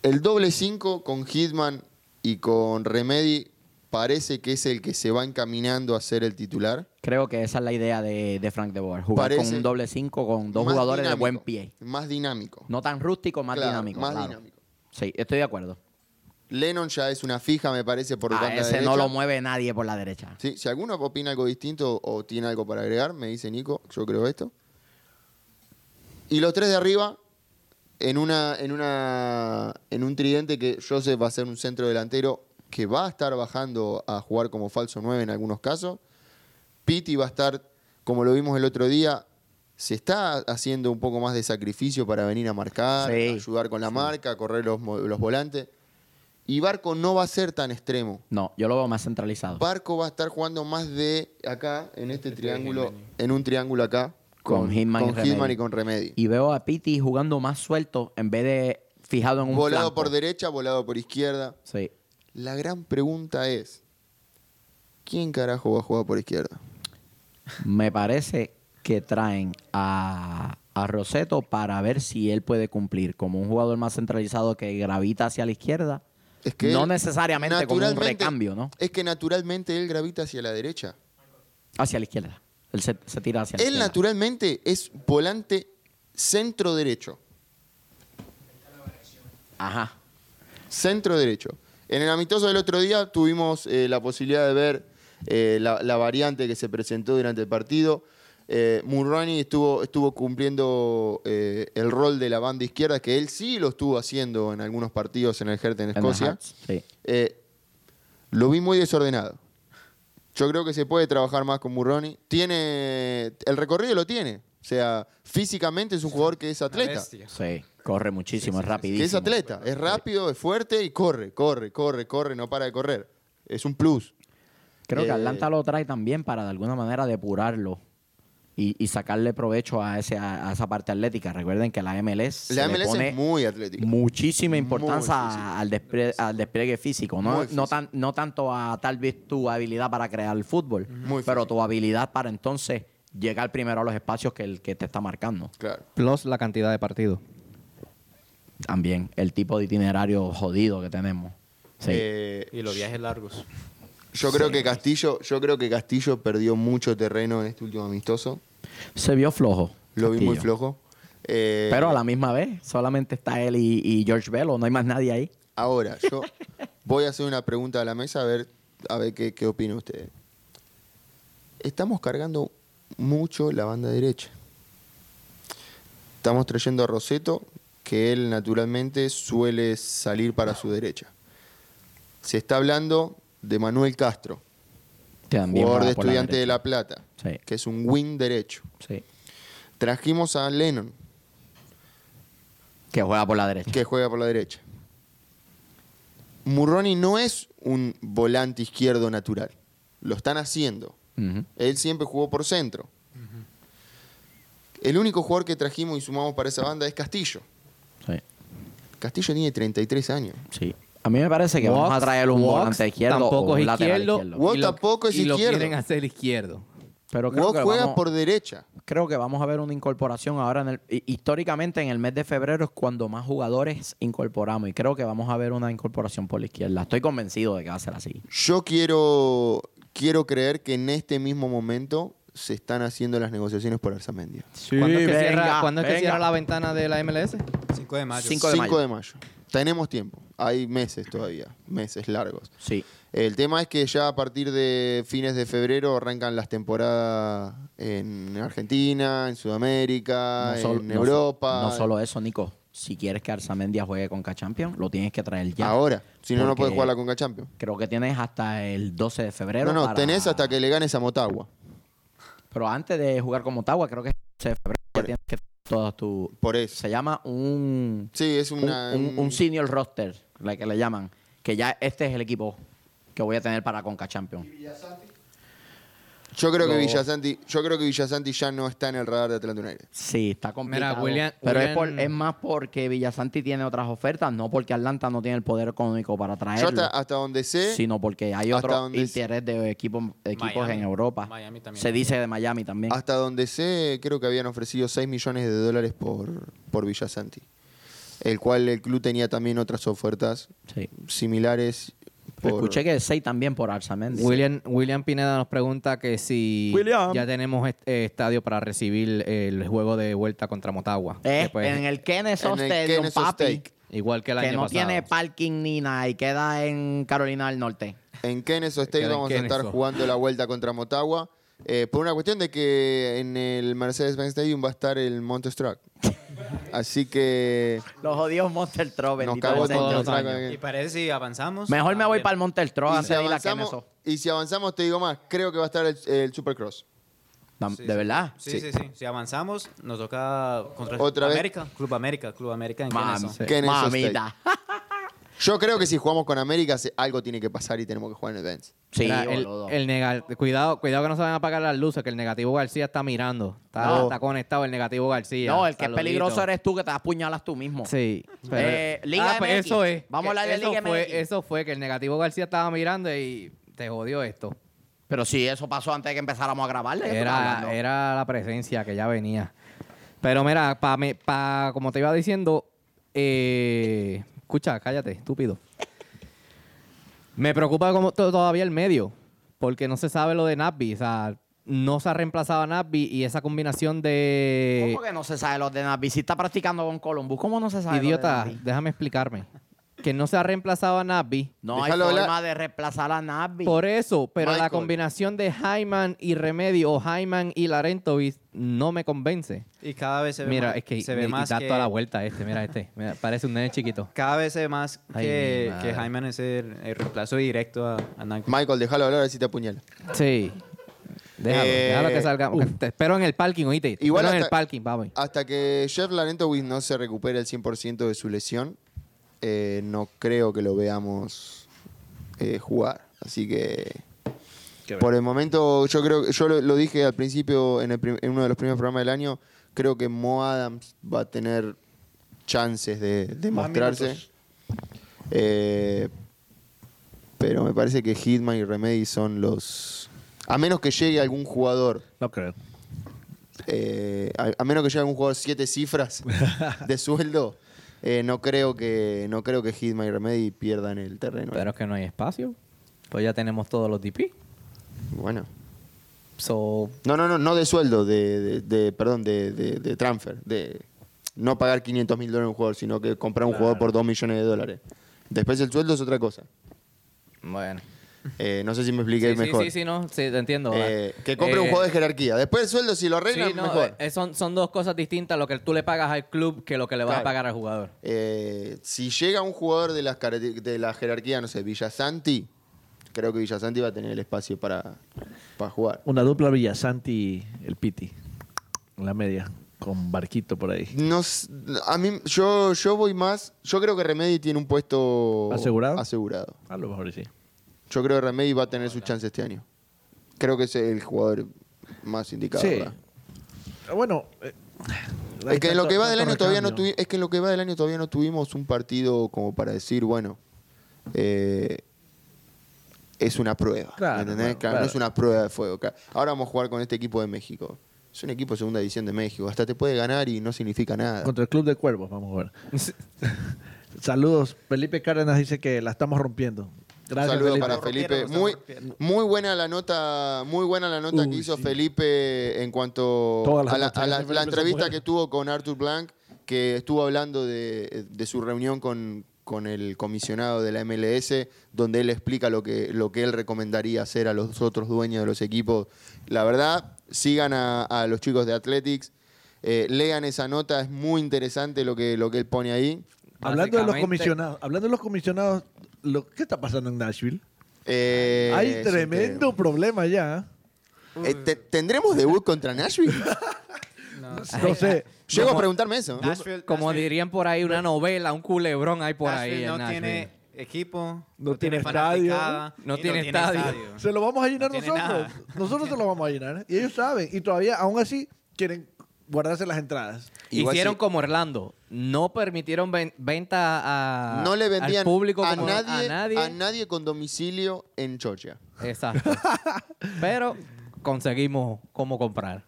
[SPEAKER 3] el doble 5 con Hitman y con Remedy parece que es el que se va encaminando a ser el titular.
[SPEAKER 1] Creo que esa es la idea de, de Frank De Boer. Jugar
[SPEAKER 3] Parece
[SPEAKER 1] con un doble 5 con dos
[SPEAKER 3] Más
[SPEAKER 1] jugadores de
[SPEAKER 3] dinámico,
[SPEAKER 1] buen pie.
[SPEAKER 3] Más dinámico.
[SPEAKER 1] No tan rústico, más
[SPEAKER 3] Claro,
[SPEAKER 1] dinámico.
[SPEAKER 3] más
[SPEAKER 1] claro.
[SPEAKER 3] dinámico.
[SPEAKER 1] Sí, estoy de acuerdo.
[SPEAKER 3] Lennon ya es una fija, me parece, por
[SPEAKER 1] A
[SPEAKER 3] banda
[SPEAKER 1] Ah, ese
[SPEAKER 3] derecha.
[SPEAKER 1] no lo mueve nadie por la derecha.
[SPEAKER 3] Sí, si alguno opina algo distinto o tiene algo para agregar, me dice Nico, yo creo esto. Y los tres de arriba, en una, en una. en un tridente que Joseph va a ser un centro delantero que va a estar bajando a jugar como falso 9 en algunos casos. Pitti va a estar, como lo vimos el otro día, se está haciendo un poco más de sacrificio para venir a marcar,
[SPEAKER 1] Sí.
[SPEAKER 3] ayudar con la marca, correr los, mo- los volantes. Y Barco no va a ser tan extremo.
[SPEAKER 1] No, yo lo veo más centralizado.
[SPEAKER 3] Barco va a estar jugando más de acá, en este triángulo, en un triángulo acá,
[SPEAKER 1] Con Hitman y
[SPEAKER 3] con Hitman
[SPEAKER 1] Remedy.
[SPEAKER 3] y con Remedy.
[SPEAKER 1] y veo a Piti jugando más suelto en vez de fijado en un
[SPEAKER 3] volado
[SPEAKER 1] flanco.
[SPEAKER 3] por derecha, volado por izquierda.
[SPEAKER 1] Sí.
[SPEAKER 3] La gran pregunta es, ¿quién carajo va a jugar por izquierda?
[SPEAKER 1] Me parece que traen a, a Roseto para ver si él puede cumplir como un jugador más centralizado que gravita hacia la izquierda.
[SPEAKER 3] Es que
[SPEAKER 1] no
[SPEAKER 3] él,
[SPEAKER 1] necesariamente como un
[SPEAKER 3] naturalmente-
[SPEAKER 1] recambio, ¿no?
[SPEAKER 3] Es que naturalmente él gravita hacia la derecha.
[SPEAKER 1] Hacia la izquierda. Él se, se tira hacia la
[SPEAKER 3] Él
[SPEAKER 1] izquierda.
[SPEAKER 3] naturalmente es volante centro derecho.
[SPEAKER 1] Ajá.
[SPEAKER 3] Centro derecho. En el amistoso del otro día tuvimos eh, la posibilidad de ver eh, la, la variante que se presentó durante el partido. Eh, Murrani estuvo, estuvo cumpliendo eh, el rol de la banda izquierda, que él sí lo estuvo haciendo en algunos partidos en el Hertha en
[SPEAKER 1] En la
[SPEAKER 3] Escocia.
[SPEAKER 1] Hearts, Sí.
[SPEAKER 3] Eh, lo vi muy desordenado. Yo creo que se puede trabajar más con Murroni. Tiene. El recorrido lo tiene. O sea, físicamente es un jugador que es atleta.
[SPEAKER 4] bestia.
[SPEAKER 1] Sí, corre muchísimo, es rapidísimo.
[SPEAKER 3] Que es atleta, es rápido, es fuerte y corre, corre, corre, corre, no para de correr. Es un plus.
[SPEAKER 1] Creo
[SPEAKER 3] Eh,
[SPEAKER 1] que Atlanta lo trae también para de alguna manera depurarlo y, y sacarle provecho a, ese, a, a esa parte atlética. Recuerden que la MLS,
[SPEAKER 3] La
[SPEAKER 1] se le
[SPEAKER 3] MLS
[SPEAKER 1] pone
[SPEAKER 3] es muy atlética.
[SPEAKER 1] muchísima importancia
[SPEAKER 3] Muchísimo.
[SPEAKER 1] al, despre- al despliegue físico, no,
[SPEAKER 3] Muy físico.
[SPEAKER 1] No, tan, no tanto a tal vez tu habilidad para crear el fútbol,
[SPEAKER 3] Muy
[SPEAKER 1] pero
[SPEAKER 3] físico.
[SPEAKER 1] tu habilidad para entonces llegar primero a los espacios que el que te está marcando.
[SPEAKER 3] Claro.
[SPEAKER 2] Plus la cantidad de partidos.
[SPEAKER 1] También el tipo de itinerario jodido que tenemos. Sí.
[SPEAKER 3] Eh,
[SPEAKER 4] Y los viajes largos.
[SPEAKER 3] yo creo que Castillo, yo creo que Castillo perdió mucho terreno en este último amistoso.
[SPEAKER 1] Se vio flojo.
[SPEAKER 3] Lo vi muy
[SPEAKER 1] Castillo.
[SPEAKER 3] flojo. Eh,
[SPEAKER 1] Pero a la misma vez, solamente está él y, y George Bello, no hay más nadie ahí.
[SPEAKER 3] Ahora, yo voy a hacer una pregunta a la mesa a ver, a ver qué, qué opina usted. Estamos cargando mucho la banda derecha. Estamos trayendo a Roseto, que él naturalmente suele salir para su derecha. Se está hablando de Manuel Castro,
[SPEAKER 1] También
[SPEAKER 3] jugador
[SPEAKER 1] va
[SPEAKER 3] de
[SPEAKER 1] por la
[SPEAKER 3] Estudiante de
[SPEAKER 1] derecha.
[SPEAKER 3] La Plata,
[SPEAKER 1] Sí.
[SPEAKER 3] que es un wing derecho.
[SPEAKER 1] Sí.
[SPEAKER 3] Trajimos a Lennon,
[SPEAKER 1] Que juega por la derecha.
[SPEAKER 3] que juega por la derecha. Murroni no es un volante izquierdo natural. Lo están haciendo.
[SPEAKER 1] Ujú.
[SPEAKER 3] Él siempre jugó por centro. El único jugador que trajimos y sumamos para esa banda es Castillo.
[SPEAKER 1] Sí.
[SPEAKER 3] Castillo tiene 33 años.
[SPEAKER 1] Sí. A mí me parece que vamos a
[SPEAKER 2] Walks-
[SPEAKER 1] traer un
[SPEAKER 2] Walks
[SPEAKER 1] volante izquierdo
[SPEAKER 2] tampoco
[SPEAKER 1] o un
[SPEAKER 2] es
[SPEAKER 1] lateral
[SPEAKER 2] izquierdo.
[SPEAKER 1] izquierdo.
[SPEAKER 3] Walks
[SPEAKER 2] y lo-
[SPEAKER 3] tampoco es
[SPEAKER 2] y lo
[SPEAKER 3] izquierdo.
[SPEAKER 2] quieren hacer izquierdo.
[SPEAKER 1] Pero creo
[SPEAKER 3] Vos
[SPEAKER 1] que,
[SPEAKER 3] juega
[SPEAKER 1] vamos,
[SPEAKER 3] por derecha.
[SPEAKER 1] creo que vamos a ver una incorporación ahora. En el, hi- históricamente, en el mes de febrero es cuando más jugadores incorporamos. Y creo que vamos a ver una incorporación por la izquierda. Estoy convencido de que va a ser así.
[SPEAKER 3] Yo quiero, quiero creer que en este mismo momento se están haciendo las negociaciones por Arzamendia.
[SPEAKER 2] ¿Cuándo es que,
[SPEAKER 1] venga,
[SPEAKER 2] cierra, cuándo es que
[SPEAKER 1] venga.
[SPEAKER 2] cierra la ventana de la MLS?
[SPEAKER 4] 5 de mayo.
[SPEAKER 1] Cinco de mayo.
[SPEAKER 3] Tenemos tiempo. Hay meses todavía. Meses largos.
[SPEAKER 1] Sí.
[SPEAKER 3] El tema es que ya a partir de fines de febrero arrancan las temporadas en Argentina, en Sudamérica,
[SPEAKER 1] No solo-
[SPEAKER 3] en
[SPEAKER 1] no so-
[SPEAKER 3] Europa.
[SPEAKER 1] No, solo eso, Nico. Si quieres que Arzamendia juegue Conca Champions, lo tienes que traer ya.
[SPEAKER 3] Ahora, si no, no
[SPEAKER 1] Porque
[SPEAKER 3] puedes jugar la Conca Champions.
[SPEAKER 1] Creo que tienes hasta el 12 de febrero.
[SPEAKER 3] No, no,
[SPEAKER 1] para-
[SPEAKER 3] tenés hasta que le ganes a Motagua.
[SPEAKER 1] Pero antes de jugar con Motagua, creo que es el 12 de febrero. ya tienes que todas tu...
[SPEAKER 3] Por eso.
[SPEAKER 1] Se llama un...
[SPEAKER 3] Sí, es
[SPEAKER 1] un,
[SPEAKER 3] una,
[SPEAKER 1] un- un senior roster, la que le llaman, que ya este es el equipo que voy a tener para Conca Champions.
[SPEAKER 3] Yo creo que
[SPEAKER 1] Lo-
[SPEAKER 3] Villasanti, yo creo que Villasanti ya no está en el radar de Atlanta United.
[SPEAKER 1] Sí, está complicado.
[SPEAKER 2] Mira, William-
[SPEAKER 1] pero es, por-
[SPEAKER 2] William-
[SPEAKER 1] es más porque Villasanti tiene otras ofertas, no porque Atlanta no tiene el poder económico para
[SPEAKER 3] Yo
[SPEAKER 1] traerlo,
[SPEAKER 3] hasta, hasta donde sé,
[SPEAKER 1] sino porque hay
[SPEAKER 3] hasta
[SPEAKER 1] otro
[SPEAKER 3] donde se-
[SPEAKER 1] interés de equipos, equipos
[SPEAKER 4] Miami.
[SPEAKER 1] en Europa.
[SPEAKER 4] Miami también.
[SPEAKER 1] Se dice de Miami también.
[SPEAKER 3] hasta donde sé, creo que habían ofrecido 6 millones de dólares por, por Villasanti. El cual el club tenía también otras ofertas
[SPEAKER 1] Sí.
[SPEAKER 3] similares. por-
[SPEAKER 1] Escuché que 6 también por Arzamendi.
[SPEAKER 2] William, William Pineda nos pregunta que si
[SPEAKER 1] William.
[SPEAKER 2] ya tenemos est- eh, estadio para recibir el juego de vuelta contra Motagua.
[SPEAKER 1] Eh,
[SPEAKER 2] que pues-
[SPEAKER 1] en el Kenneth
[SPEAKER 3] en el
[SPEAKER 1] Stadium,
[SPEAKER 3] Kenneth
[SPEAKER 1] papi,
[SPEAKER 3] Stadium.
[SPEAKER 2] igual que el
[SPEAKER 1] que
[SPEAKER 2] año
[SPEAKER 1] no
[SPEAKER 2] pasado.
[SPEAKER 1] tiene parking ni nada y queda en Carolina del Norte.
[SPEAKER 3] En
[SPEAKER 2] Queda
[SPEAKER 3] Kennesaw State
[SPEAKER 2] en
[SPEAKER 3] vamos a estar
[SPEAKER 2] Kennesaw.
[SPEAKER 3] jugando la vuelta contra Motagua. eh, por una cuestión de que en el Mercedes-Benz Stadium va a estar el Monster Truck. Así que
[SPEAKER 1] Los odios Monster Truck,
[SPEAKER 3] nos
[SPEAKER 1] bendito
[SPEAKER 3] cagó el
[SPEAKER 1] sea el
[SPEAKER 2] todos
[SPEAKER 3] Monster
[SPEAKER 2] los
[SPEAKER 1] Señor.
[SPEAKER 3] Truck.
[SPEAKER 2] años.
[SPEAKER 4] Y parece si avanzamos.
[SPEAKER 1] Mejor me voy para el Monster Truck
[SPEAKER 3] Y si,
[SPEAKER 1] antes de ir a
[SPEAKER 3] avanzamos,
[SPEAKER 1] Kennesaw.
[SPEAKER 3] y si avanzamos, te digo más, creo que va a estar el, el Supercross.
[SPEAKER 1] Tam-
[SPEAKER 4] Sí,
[SPEAKER 1] ¿De
[SPEAKER 4] sí.
[SPEAKER 1] verdad?
[SPEAKER 4] Sí, sí, sí, Si avanzamos, nos toca contra
[SPEAKER 3] Otra vez.
[SPEAKER 4] América. Club América. Club América en
[SPEAKER 1] Mami,
[SPEAKER 4] Kennesaw.
[SPEAKER 3] Kennesaw
[SPEAKER 1] mamita.
[SPEAKER 3] Yo creo que si jugamos con América, se- algo tiene que pasar y tenemos que jugar en el Benz.
[SPEAKER 1] Sí,
[SPEAKER 2] Mira, el,
[SPEAKER 1] boludo.
[SPEAKER 2] el nega- cuidado, cuidado que no se van a apagar las luces, que el negativo García está mirando. Está,
[SPEAKER 1] No.
[SPEAKER 2] está conectado el negativo García.
[SPEAKER 1] no, el que
[SPEAKER 2] Saludito.
[SPEAKER 1] es peligroso eres tú que te apuñalas tú mismo.
[SPEAKER 2] Sí. pero-
[SPEAKER 1] Eh, Liga
[SPEAKER 2] pues
[SPEAKER 1] MX.
[SPEAKER 2] Eso es.
[SPEAKER 1] Vamos a hablar de
[SPEAKER 2] Eso
[SPEAKER 1] Liga
[SPEAKER 2] fue,
[SPEAKER 1] MX.
[SPEAKER 2] Eso fue que el negativo García estaba mirando y te jodió esto.
[SPEAKER 1] Pero sí, eso pasó antes de que empezáramos a grabarle. ¿qué tú estás hablando?
[SPEAKER 2] Era, era la presencia que ya venía. Pero mira, pa, me- pa- como te iba diciendo, eh, escucha, cállate, estúpido. Me preocupa como to- todavía el medio, porque no se sabe lo de Nasby. O sea, no se ha reemplazado a Nasby y esa combinación de...
[SPEAKER 3] Eh,
[SPEAKER 1] ¿Cómo que no se sabe los de Navi? Si está practicando con Columbus, ¿cómo no se sabe? los de
[SPEAKER 2] Idiota,
[SPEAKER 1] Navi?
[SPEAKER 2] déjame explicarme. Que no se ha reemplazado a Nasby.
[SPEAKER 1] No hay
[SPEAKER 3] Déjalo
[SPEAKER 1] forma
[SPEAKER 3] hablar.
[SPEAKER 1] de reemplazar a Navi.
[SPEAKER 2] Por eso, pero la
[SPEAKER 3] Michael.
[SPEAKER 2] combinación de Hyman y Remedio o Hyman y Larentovic no me convence.
[SPEAKER 4] Y cada vez se ve
[SPEAKER 2] mira,
[SPEAKER 4] más.
[SPEAKER 2] es que
[SPEAKER 4] se
[SPEAKER 2] me-
[SPEAKER 4] ve
[SPEAKER 2] y
[SPEAKER 4] más
[SPEAKER 2] da
[SPEAKER 4] que-
[SPEAKER 2] toda la vuelta este, mira este. Mira, parece un nene chiquito.
[SPEAKER 4] Cada vez se ve más
[SPEAKER 2] Ay, mi
[SPEAKER 4] que,
[SPEAKER 2] madre.
[SPEAKER 4] que Hyman es el, el reemplazo eh, directo a, a Nike.
[SPEAKER 3] Michael, déjalo hablar a ver si te apuñala.
[SPEAKER 2] Sí. Déjalo,
[SPEAKER 3] Eh,
[SPEAKER 2] déjalo que salga.
[SPEAKER 1] uf.
[SPEAKER 2] Te espero en el parking, oíste. Te
[SPEAKER 3] Igual
[SPEAKER 2] espero en
[SPEAKER 3] hasta-
[SPEAKER 2] el parking, bye.
[SPEAKER 3] Hasta que Jeff Lanentowicz no se recupere el 100% de su lesión, eh, no creo que lo veamos eh, jugar. Así que por el momento, yo creo, yo lo, lo dije al principio en, el prim- en uno de los primeros programas del año, creo que Mo Adams va a tener chances de, de
[SPEAKER 6] Más
[SPEAKER 3] mostrarse.
[SPEAKER 6] minutos.
[SPEAKER 3] Eh, pero me parece que Hitman y Remedy son los... A menos que llegue algún jugador
[SPEAKER 6] No creo.
[SPEAKER 3] eh, a, a menos que llegue un jugador
[SPEAKER 2] <laughs>
[SPEAKER 3] siete cifras de sueldo, eh, no creo que no creo que Hitman y Remedy pierdan el terreno.
[SPEAKER 2] Pero es que no hay espacio. Pues ya tenemos todos los DP.
[SPEAKER 3] bueno.
[SPEAKER 2] So,
[SPEAKER 3] No, no, no, no de sueldo, de, de- de- perdón, de, de- de transfer, de no pagar 500 mil dólares a un jugador, sino que comprar un jugador por 2 millones de dólares. Después el sueldo es otra cosa.
[SPEAKER 2] bueno.
[SPEAKER 3] Eh, no sé si me
[SPEAKER 2] Sí,
[SPEAKER 3] expliqué
[SPEAKER 2] sí,
[SPEAKER 3] mejor.
[SPEAKER 2] sí, sí, no, sí, te entiendo.
[SPEAKER 3] Eh, que compre un
[SPEAKER 2] Eh,
[SPEAKER 3] jugador de jerarquía. Después el sueldo, si lo arreglan,
[SPEAKER 2] sí, no,
[SPEAKER 3] mejor.
[SPEAKER 2] eh, son, son dos cosas distintas lo que tú le pagas al club que lo que le vas
[SPEAKER 3] Claro.
[SPEAKER 2] a pagar al jugador.
[SPEAKER 3] Eh, si llega un jugador de, las caracter- de la jerarquía, no sé, Villasanti, creo que Villasanti va a tener el espacio para, para jugar.
[SPEAKER 6] Una dupla Villasanti y el Piti. En la media. Con barquito por ahí.
[SPEAKER 3] No s- a mí, yo, yo voy más. Yo creo que Remedy tiene un puesto
[SPEAKER 6] ¿Asegurado?
[SPEAKER 3] asegurado.
[SPEAKER 6] A lo mejor sí.
[SPEAKER 3] Yo creo que Remedy va a tener su chance este año. Creo que es el jugador más indicado.
[SPEAKER 6] Sí.
[SPEAKER 3] ¿verdad?
[SPEAKER 6] Bueno. eh, hay
[SPEAKER 3] Es que en lo
[SPEAKER 6] tanto-
[SPEAKER 3] que va del
[SPEAKER 6] tanto
[SPEAKER 3] año todavía no
[SPEAKER 6] recambio.
[SPEAKER 3] tuvi- es que en lo que va del año todavía no tuvimos un partido como para decir, bueno, eh, es una prueba.
[SPEAKER 6] Claro,
[SPEAKER 3] ¿entendés?
[SPEAKER 6] bueno,
[SPEAKER 3] Claro,
[SPEAKER 6] claro.
[SPEAKER 3] No es una prueba de fuego. claro. Ahora vamos a jugar con este equipo de México. Es un equipo de segunda división de México. Hasta te puede ganar y no significa nada.
[SPEAKER 6] Contra el Club de Cuervos, vamos a ver. <laughs> Saludos. Felipe Cárdenas dice que la estamos rompiendo. Gracias,
[SPEAKER 3] Saludos
[SPEAKER 6] Felipe.
[SPEAKER 3] para Felipe.
[SPEAKER 6] Rompieron,
[SPEAKER 3] Muy,
[SPEAKER 6] estamos
[SPEAKER 3] muy buena la nota, muy buena la nota que
[SPEAKER 6] Uy,
[SPEAKER 3] hizo
[SPEAKER 6] sí.
[SPEAKER 3] Felipe en cuanto
[SPEAKER 6] Todas las
[SPEAKER 3] a la,
[SPEAKER 6] notas
[SPEAKER 3] a la-
[SPEAKER 6] que hace
[SPEAKER 3] la
[SPEAKER 6] Felipe son
[SPEAKER 3] entrevista
[SPEAKER 6] buenas.
[SPEAKER 3] que tuvo con Arthur Blank, que estuvo hablando de, de su reunión con, con el comisionado de la MLS, donde él explica lo que, lo que él recomendaría hacer a los otros dueños de los equipos. La verdad, sigan a, a los chicos de Athletics. eh, lean esa nota, es muy interesante lo que, lo que él pone ahí.
[SPEAKER 6] Hablando de los
[SPEAKER 2] Básicamente-
[SPEAKER 6] comisionados, hablando de los comisionados, lo, ¿qué está pasando en Nashville?
[SPEAKER 3] Eh, es
[SPEAKER 6] Hay
[SPEAKER 3] un
[SPEAKER 6] tremendo problema ya.
[SPEAKER 3] tema. Eh,
[SPEAKER 6] Mm.
[SPEAKER 3] te- ¿Tendremos debut contra
[SPEAKER 6] <laughs>
[SPEAKER 3] Nashville?
[SPEAKER 6] No sé.
[SPEAKER 3] Llego a preguntarme eso.
[SPEAKER 4] Nashville-
[SPEAKER 2] Como
[SPEAKER 4] Nashville-
[SPEAKER 2] dirían por ahí, una novela, un culebrón hay por ahí.
[SPEAKER 4] Nashville
[SPEAKER 2] en
[SPEAKER 4] no
[SPEAKER 2] Nashville.
[SPEAKER 4] tiene equipo,
[SPEAKER 6] No tiene estadio,
[SPEAKER 4] fanaticada,
[SPEAKER 2] no
[SPEAKER 4] y
[SPEAKER 2] tiene estadio.
[SPEAKER 6] Se lo vamos a llenar
[SPEAKER 4] <laughs> No tiene
[SPEAKER 6] nosotros.
[SPEAKER 4] nada.
[SPEAKER 6] Nosotros se lo vamos a llenar. Y ellos saben. Y todavía, aún así, quieren guardarse las entradas.
[SPEAKER 3] Igual
[SPEAKER 2] Hicieron
[SPEAKER 3] sí.
[SPEAKER 2] como Orlando. No permitieron ven- venta a,
[SPEAKER 3] No le vendían
[SPEAKER 2] al público
[SPEAKER 3] a,
[SPEAKER 2] como-
[SPEAKER 3] nadie,
[SPEAKER 2] a nadie.
[SPEAKER 3] con domicilio en Georgia. <laughs>
[SPEAKER 2] Exacto. Pero conseguimos cómo comprar.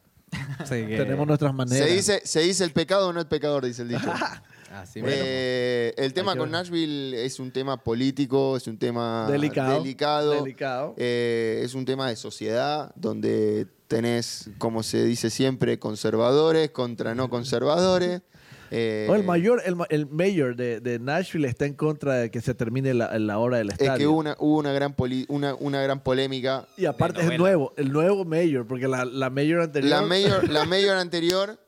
[SPEAKER 2] Así
[SPEAKER 4] Eh,
[SPEAKER 2] que-
[SPEAKER 6] Tenemos nuestras maneras.
[SPEAKER 3] Se dice, se dice el pecado o no el pecador, dice el
[SPEAKER 6] <laughs>
[SPEAKER 3] dicho.
[SPEAKER 2] Así mismo.
[SPEAKER 3] Eh, el tema
[SPEAKER 6] Ah, que
[SPEAKER 3] con
[SPEAKER 6] ver.
[SPEAKER 3] Nashville es un tema político, es un tema
[SPEAKER 6] Delicado.
[SPEAKER 3] delicado,
[SPEAKER 6] Delicado.
[SPEAKER 3] eh, es un tema de sociedad donde tenés, como se dice siempre, conservadores contra no conservadores. eh,
[SPEAKER 6] Oh, el mayor, el, ma- el mayor de, de Nashville está en contra de que se termine la, la hora del
[SPEAKER 3] Es
[SPEAKER 6] estadio.
[SPEAKER 3] que hubo una, hubo una gran, poli- una, una gran polémica
[SPEAKER 6] Y aparte
[SPEAKER 4] De
[SPEAKER 6] es nuevo, el nuevo mayor, porque la, la mayor anterior.
[SPEAKER 3] La mayor, la mayor anterior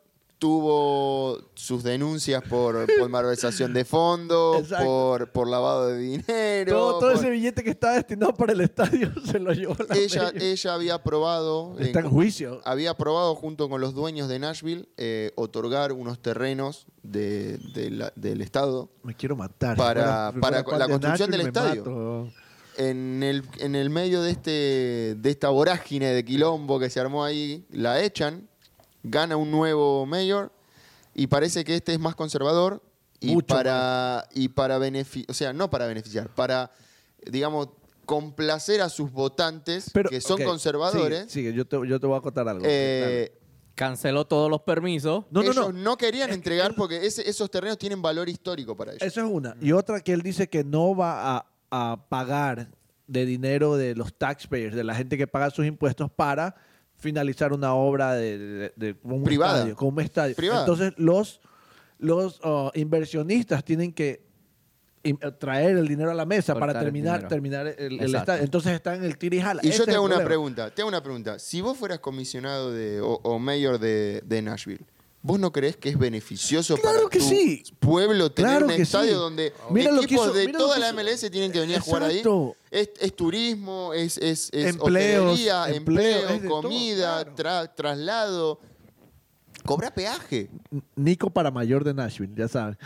[SPEAKER 3] tuvo sus denuncias por, por malversación de fondos,
[SPEAKER 6] Exacto.
[SPEAKER 3] por, por lavado de dinero.
[SPEAKER 6] todo, todo
[SPEAKER 3] por-
[SPEAKER 6] ese billete que estaba destinado para el estadio <laughs> se lo llevó la
[SPEAKER 3] ella,
[SPEAKER 6] mayor.
[SPEAKER 3] ella había aprobado,
[SPEAKER 6] Está en juicio.
[SPEAKER 3] había aprobado junto con los dueños de Nashville eh, otorgar unos terrenos de- de la- del estado
[SPEAKER 6] Me quiero matar.
[SPEAKER 3] Para-
[SPEAKER 6] Si fuera- si
[SPEAKER 3] para
[SPEAKER 6] fuera
[SPEAKER 3] la
[SPEAKER 6] fan de
[SPEAKER 3] construcción del
[SPEAKER 6] Nashville, me
[SPEAKER 3] estadio.
[SPEAKER 6] mato.
[SPEAKER 3] en el, en el medio de, este, de esta vorágine de quilombo que se armó ahí, la echan, gana un nuevo mayor y parece que este es más conservador y
[SPEAKER 6] Mucho
[SPEAKER 3] para, y para beneficiar, o sea, no para beneficiar, para, digamos, complacer a sus votantes
[SPEAKER 6] Pero,
[SPEAKER 3] que son
[SPEAKER 6] ok,
[SPEAKER 3] conservadores.
[SPEAKER 6] Sí, sí, yo, te, yo te voy a contar algo.
[SPEAKER 3] eh,
[SPEAKER 2] Canceló todos los permisos.
[SPEAKER 6] No, no,
[SPEAKER 3] ellos
[SPEAKER 6] no.
[SPEAKER 3] no, querían entregar porque ese- esos terrenos tienen valor histórico para ellos.
[SPEAKER 6] Eso es una.
[SPEAKER 3] Mm.
[SPEAKER 6] Y otra que él dice que no va a, a pagar de dinero de los taxpayers, de la gente que paga sus impuestos para finalizar una obra de, de- de- como un
[SPEAKER 3] Privada.
[SPEAKER 6] estadio. como un estadio.
[SPEAKER 3] Privada.
[SPEAKER 6] Entonces los, los oh, inversionistas tienen que im- eh, traer el dinero a la mesa
[SPEAKER 2] Cortar
[SPEAKER 6] para
[SPEAKER 2] el
[SPEAKER 6] terminar,
[SPEAKER 2] dinero.
[SPEAKER 6] terminar el, el
[SPEAKER 2] Exacto.
[SPEAKER 6] estadio. Entonces están en el tira y jala.
[SPEAKER 3] Y
[SPEAKER 6] Ese
[SPEAKER 3] yo
[SPEAKER 6] es
[SPEAKER 3] te
[SPEAKER 6] el
[SPEAKER 3] hago una
[SPEAKER 6] problema.
[SPEAKER 3] pregunta, te hago una pregunta. Si vos fueras comisionado de, o, o mayor de, de Nashville, ¿Vos no crees que es beneficioso
[SPEAKER 6] Claro
[SPEAKER 3] para
[SPEAKER 6] que
[SPEAKER 3] tu
[SPEAKER 6] sí.
[SPEAKER 3] pueblo tener
[SPEAKER 6] Claro
[SPEAKER 3] un
[SPEAKER 6] que sí.
[SPEAKER 3] estadio donde
[SPEAKER 6] Mira lo que
[SPEAKER 3] equipos
[SPEAKER 6] hizo-
[SPEAKER 3] de
[SPEAKER 6] mira lo
[SPEAKER 3] toda
[SPEAKER 6] que
[SPEAKER 3] la
[SPEAKER 6] hizo-
[SPEAKER 3] MLS tienen que venir a jugar ahí?
[SPEAKER 6] Exacto.
[SPEAKER 3] Es, es turismo, es, es, es
[SPEAKER 6] Empleos,
[SPEAKER 3] hotelería,
[SPEAKER 6] empleo,
[SPEAKER 3] empleo,
[SPEAKER 6] es de todo,
[SPEAKER 3] comida,
[SPEAKER 6] claro.
[SPEAKER 3] tra- traslado. Cobra peaje.
[SPEAKER 6] Nico para mayor de Nashville, ya sabes.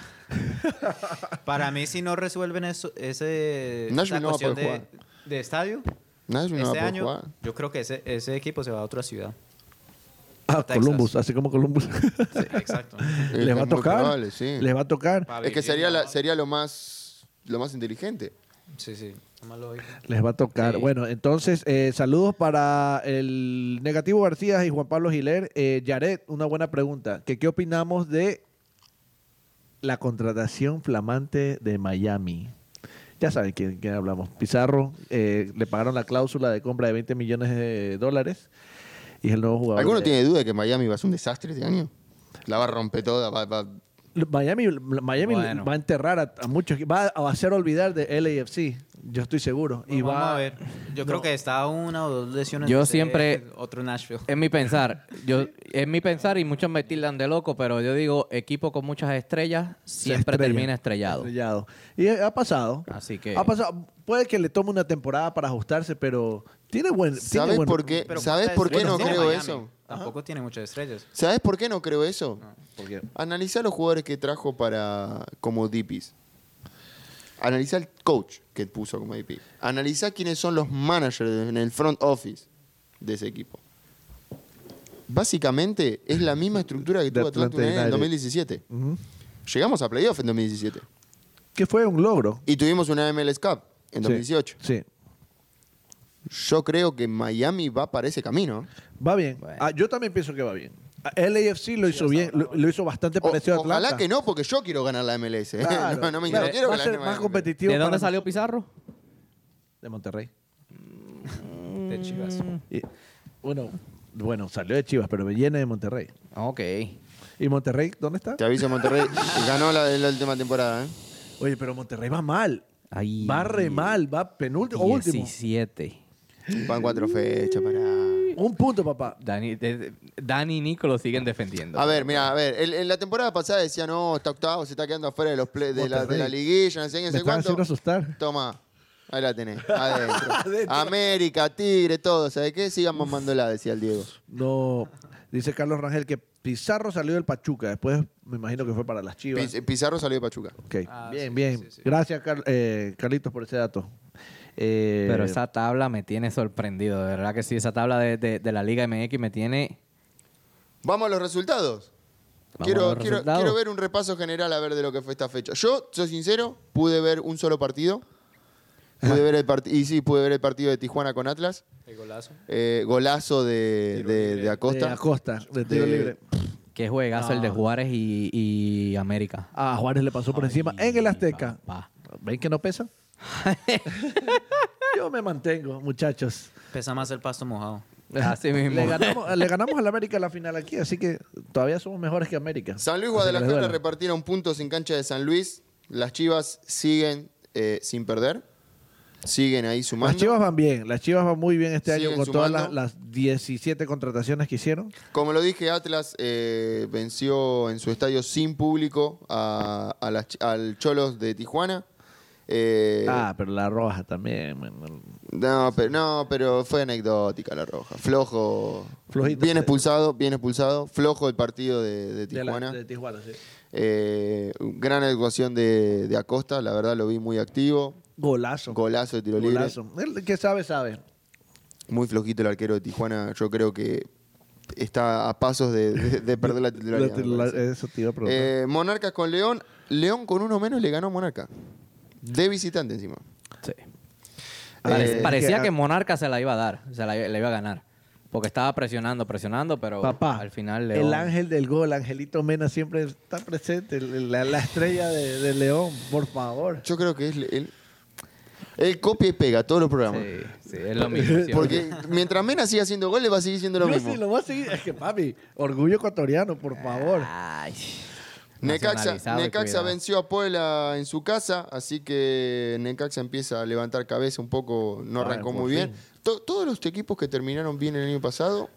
[SPEAKER 4] Para mí, si no resuelven eso, ese,
[SPEAKER 3] Nashville
[SPEAKER 4] esa
[SPEAKER 3] no va a
[SPEAKER 4] cuestión
[SPEAKER 3] poder
[SPEAKER 4] de, de estadio
[SPEAKER 3] Nadie me va a
[SPEAKER 4] este
[SPEAKER 3] poder
[SPEAKER 4] año,
[SPEAKER 3] jugar.
[SPEAKER 4] yo creo que ese, ese equipo se va a otra ciudad.
[SPEAKER 6] Ah,
[SPEAKER 4] Texas.
[SPEAKER 6] Columbus, así como Columbus. <laughs>
[SPEAKER 4] Sí, <laughs> exacto.
[SPEAKER 3] Es-
[SPEAKER 6] les va
[SPEAKER 3] es
[SPEAKER 6] a
[SPEAKER 3] muy
[SPEAKER 6] tocar.
[SPEAKER 3] probable, sí.
[SPEAKER 6] Les va a tocar.
[SPEAKER 4] Pa-
[SPEAKER 3] Es que sería, la- sería lo más lo más inteligente.
[SPEAKER 4] Sí, sí. Toma lo oído.
[SPEAKER 6] Les va a tocar.
[SPEAKER 4] Sí.
[SPEAKER 6] Bueno, entonces, eh, saludos para el Negativo García y Juan Pablo Giler. Eh, Yaret, una buena pregunta. ¿Que ¿Qué opinamos de la contratación flamante de Miami? Ya saben quién, quién hablamos. Pizarro, eh, le pagaron la cláusula de compra de 20 millones de dólares y es el nuevo jugador.
[SPEAKER 3] ¿Alguno
[SPEAKER 6] de-
[SPEAKER 3] tiene duda de que Miami va a ser un desastre este año? La va a romper toda. va- va-
[SPEAKER 6] Miami, Miami
[SPEAKER 4] Bueno.
[SPEAKER 6] va a enterrar a, a muchos, va a hacer olvidar de LAFC, yo estoy seguro. y
[SPEAKER 4] Vamos
[SPEAKER 6] va
[SPEAKER 4] a ver. Yo creo que está una o dos lesiones.
[SPEAKER 2] Yo
[SPEAKER 4] de
[SPEAKER 2] siempre-
[SPEAKER 4] Otro Nashville.
[SPEAKER 2] Es mi pensar. Yo, es mi pensar y muchos me tildan de loco, pero yo digo, equipo con muchas estrellas
[SPEAKER 6] se
[SPEAKER 2] siempre
[SPEAKER 6] estrella.
[SPEAKER 2] termina estrellado.
[SPEAKER 6] Estrellado. Y eh, ha pasado.
[SPEAKER 2] Así que-
[SPEAKER 6] Ha pasado. Puede que le tome una temporada para ajustarse, pero tiene buen. tiene
[SPEAKER 3] ¿Sabes
[SPEAKER 6] buen-
[SPEAKER 3] por qué?
[SPEAKER 4] Pero
[SPEAKER 3] ¿Sabes
[SPEAKER 4] muchas
[SPEAKER 3] por qué
[SPEAKER 4] estrellas
[SPEAKER 3] no
[SPEAKER 4] tiene
[SPEAKER 3] creo
[SPEAKER 4] Pues, Miami.
[SPEAKER 3] eso?
[SPEAKER 4] Tampoco tiene muchas estrellas.
[SPEAKER 3] ¿Sabes por qué no creo eso?
[SPEAKER 6] Porque
[SPEAKER 3] Analiza los jugadores que trajo para como DPs. Analiza el coach que puso como DP. Analiza quiénes son los managers en el front office de ese equipo. Básicamente es la misma estructura que
[SPEAKER 6] De
[SPEAKER 3] tuvo Atlanta
[SPEAKER 6] Atlanta
[SPEAKER 3] United en
[SPEAKER 6] United.
[SPEAKER 3] el 2017.
[SPEAKER 6] Ujú.
[SPEAKER 3] Llegamos a playoff en 2017
[SPEAKER 6] Que fue un logro.
[SPEAKER 3] y tuvimos una MLS Cup en
[SPEAKER 6] Sí,
[SPEAKER 3] 2018.
[SPEAKER 6] Sí.
[SPEAKER 3] Yo creo que Miami va para ese camino.
[SPEAKER 6] Va bien.
[SPEAKER 2] Bueno.
[SPEAKER 6] Ah, yo también pienso que va bien. Ah, LAFC lo hizo bien, lo, lo hizo bastante
[SPEAKER 3] O-
[SPEAKER 6] parecido a Atlanta.
[SPEAKER 3] ojalá que no, <laughs> porque yo quiero ganar la MLS. ¿eh?
[SPEAKER 6] Claro,
[SPEAKER 3] <laughs> no, no me- no
[SPEAKER 6] claro.
[SPEAKER 3] quiero
[SPEAKER 6] va a
[SPEAKER 3] ganar
[SPEAKER 6] ser
[SPEAKER 3] la
[SPEAKER 6] más
[SPEAKER 3] MLS.
[SPEAKER 6] competitivo.
[SPEAKER 2] ¿De dónde
[SPEAKER 6] para
[SPEAKER 2] salió
[SPEAKER 6] nosotros.
[SPEAKER 2] Pizarro?
[SPEAKER 6] De Monterrey.
[SPEAKER 2] Mm.
[SPEAKER 4] De Chivas.
[SPEAKER 6] Y- bueno, bueno, salió de Chivas, pero viene de Monterrey.
[SPEAKER 2] Ok.
[SPEAKER 6] ¿Y Monterrey dónde está?
[SPEAKER 3] Te aviso,
[SPEAKER 6] <laughs>
[SPEAKER 3] Monterrey ganó la, la última temporada. ¿eh?
[SPEAKER 6] Oye, pero Monterrey va mal.
[SPEAKER 2] Ahí.
[SPEAKER 6] Va re mal, va penúltimo, último.
[SPEAKER 2] 17.
[SPEAKER 3] ¿eh? Van cuatro fechas para.
[SPEAKER 6] Un punto, papá.
[SPEAKER 2] Dani, de- de- Dani y Nico lo siguen defendiendo.
[SPEAKER 3] A ver, mira, a ver. el- En la temporada pasada decía, no, está octavo, se está quedando afuera de, los play- de, la, de la
[SPEAKER 6] Monterrey.
[SPEAKER 3] liguilla, no sé qué, no
[SPEAKER 6] Me
[SPEAKER 3] sé
[SPEAKER 6] están haciendo
[SPEAKER 3] cuánto.
[SPEAKER 6] asustar.
[SPEAKER 3] Toma, ahí la tenés,
[SPEAKER 6] <laughs>
[SPEAKER 3] adentro. América, Tigre, todo, ¿sabes qué? Sigan mamándola, decía el Diego.
[SPEAKER 6] No, dice Carlos Rangel que Pizarro salió del Pachuca. Después me imagino que fue para las Chivas.
[SPEAKER 3] Piz- Pizarro salió de Pachuca.
[SPEAKER 6] Ok,
[SPEAKER 4] Ah,
[SPEAKER 6] bien,
[SPEAKER 4] sí,
[SPEAKER 6] bien.
[SPEAKER 4] sí, sí.
[SPEAKER 6] Gracias, Car- eh, Carlitos, por ese dato. Eh,
[SPEAKER 2] Pero esa tabla me tiene sorprendido, de verdad que sí. Esa tabla de, de- de la Liga MX me tiene.
[SPEAKER 3] Vamos a los resultados.
[SPEAKER 2] Vamos
[SPEAKER 3] quiero,
[SPEAKER 2] a los
[SPEAKER 3] quiero-
[SPEAKER 2] resultados.
[SPEAKER 3] quiero ver un repaso general a ver de lo que fue esta fecha. Yo, soy sincero, pude ver un solo partido. Pude ver el partido. Y sí, pude ver el partido de Tijuana con Atlas.
[SPEAKER 4] El golazo.
[SPEAKER 3] Eh, golazo de, de- de Acosta.
[SPEAKER 6] de eh, Acosta, de tiro
[SPEAKER 3] De-
[SPEAKER 6] libre.
[SPEAKER 2] Qué juegazo el de Juárez y, y América.
[SPEAKER 6] A Juárez Ah, le pasó por encima
[SPEAKER 2] Ay,
[SPEAKER 6] en el Azteca.
[SPEAKER 2] papá.
[SPEAKER 6] ¿Ven que
[SPEAKER 2] <laughs>
[SPEAKER 6] no pesa? Yo me mantengo, muchachos.
[SPEAKER 4] Pesa más el pasto mojado.
[SPEAKER 2] Así mismo.
[SPEAKER 6] Le ganamos, le ganamos al América la final aquí, así que todavía somos mejores que América.
[SPEAKER 3] San Luis
[SPEAKER 6] Así que les
[SPEAKER 3] Guadalajara
[SPEAKER 6] duela.
[SPEAKER 3] repartieron puntos en cancha de San Luis. Las Chivas siguen eh, sin perder. Siguen ahí sumando.
[SPEAKER 6] Las Chivas van bien, las Chivas van muy bien este año
[SPEAKER 3] Siguen
[SPEAKER 6] con todas las,
[SPEAKER 3] sumando.
[SPEAKER 6] las 17 contrataciones que hicieron.
[SPEAKER 3] Como lo dije, Atlas eh, venció en su estadio sin público a, a las Ch- al Cholos de Tijuana. Eh,
[SPEAKER 6] ah, pero la roja también. man, man.
[SPEAKER 3] No, pero, no, pero fue anecdótica la roja. Flojo.
[SPEAKER 6] Flojito.
[SPEAKER 3] Bien expulsado, bien expulsado. Flojo el partido de, de
[SPEAKER 6] De la-
[SPEAKER 3] Tijuana.
[SPEAKER 6] de Tijuana, sí.
[SPEAKER 3] Eh, gran actuación de, de Acosta, la verdad lo vi muy activo.
[SPEAKER 6] Golazo.
[SPEAKER 3] Golazo de tiro libre.
[SPEAKER 6] Golazo. El que sabe, sabe.
[SPEAKER 3] Muy flojito el arquero de Tijuana. Yo creo que está a pasos de, de- de perder la titularidad.
[SPEAKER 6] La
[SPEAKER 3] me
[SPEAKER 6] titular-
[SPEAKER 3] parece.
[SPEAKER 6] eso te iba a preguntar.
[SPEAKER 3] Eh, Monarcas con León. León con uno menos le ganó a Monarca. De visitante encima.
[SPEAKER 2] Sí.
[SPEAKER 3] Eh,
[SPEAKER 2] Pare- parecía
[SPEAKER 6] Ah, que-
[SPEAKER 2] que Monarca se la iba a dar, se la, le iba a ganar. Porque estaba presionando, presionando, pero
[SPEAKER 6] Papá,
[SPEAKER 2] al final León-
[SPEAKER 6] el ángel del gol, Angelito Mena, siempre está presente. el- La, la estrella de, de León, por favor.
[SPEAKER 3] Yo creo que es el, el copia y pega todos los programas.
[SPEAKER 2] Sí, sí, es lo
[SPEAKER 6] <laughs>
[SPEAKER 2] mismo. sí,
[SPEAKER 3] Porque mientras Mena siga haciendo goles, va a seguir siendo lo
[SPEAKER 6] Yo
[SPEAKER 3] mismo.
[SPEAKER 6] sí lo voy a seguir. Es que, papi, orgullo ecuatoriano, por favor.
[SPEAKER 2] Ay.
[SPEAKER 3] Necaxa,
[SPEAKER 2] Nacionalizado y
[SPEAKER 3] Necaxa
[SPEAKER 2] cuidado.
[SPEAKER 3] venció a Puebla en su casa, así que Necaxa empieza a levantar cabeza un poco, no
[SPEAKER 6] Ay,
[SPEAKER 3] arrancó
[SPEAKER 6] por
[SPEAKER 3] muy bien.
[SPEAKER 6] fin.
[SPEAKER 3] To- todos los equipos que terminaron bien el año pasado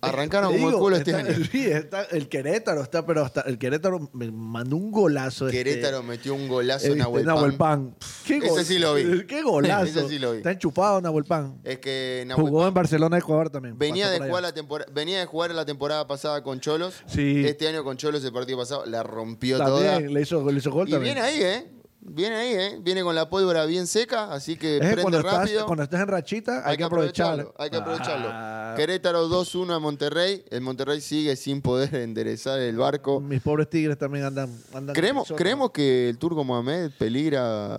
[SPEAKER 3] Arrancaron
[SPEAKER 6] <laughs> Te
[SPEAKER 3] como el
[SPEAKER 6] digo,
[SPEAKER 3] culo este
[SPEAKER 6] está-
[SPEAKER 3] año.
[SPEAKER 6] <laughs> sí, está- el Querétaro está, pero hasta el Querétaro me mandó un golazo. este,
[SPEAKER 3] Querétaro metió un golazo
[SPEAKER 6] eh,
[SPEAKER 3] en Nahuel
[SPEAKER 6] Nahuel
[SPEAKER 3] Pan.
[SPEAKER 6] Pan. ¿Qué
[SPEAKER 3] Ese sí lo vi. <laughs>
[SPEAKER 6] Qué golazo.
[SPEAKER 3] Ese sí lo vi.
[SPEAKER 6] Está enchupado Nahuel Pan.
[SPEAKER 3] Es que Nahuel
[SPEAKER 6] Jugó
[SPEAKER 3] Pan
[SPEAKER 6] en Barcelona, Ecuador también.
[SPEAKER 3] venía
[SPEAKER 6] Pasó
[SPEAKER 3] de,
[SPEAKER 6] por allá.
[SPEAKER 3] jugar la temporada, venía de jugar la temporada pasada con Cholos.
[SPEAKER 6] Sí.
[SPEAKER 3] Este año con Cholos, el partido pasado, la rompió toda.
[SPEAKER 6] También, le hizo, le hizo gol
[SPEAKER 3] Y
[SPEAKER 6] también.
[SPEAKER 3] viene ahí, ¿eh? Viene ahí, ¿eh? Viene con la pólvora bien seca, así que
[SPEAKER 6] Es que
[SPEAKER 3] prende
[SPEAKER 6] cuando estás,
[SPEAKER 3] rápido.
[SPEAKER 6] cuando estás en rachita, hay, que aprovecharlo.
[SPEAKER 3] Hay que aprovecharlo.
[SPEAKER 6] Ah,
[SPEAKER 3] Querétaro 2-1 a Monterrey. El Monterrey sigue sin poder <laughs> enderezar el barco.
[SPEAKER 6] mis pobres tigres también andan. andan
[SPEAKER 3] ¿Creemos,
[SPEAKER 6] son-
[SPEAKER 3] ¿Creemos que el turco Mohamed peligra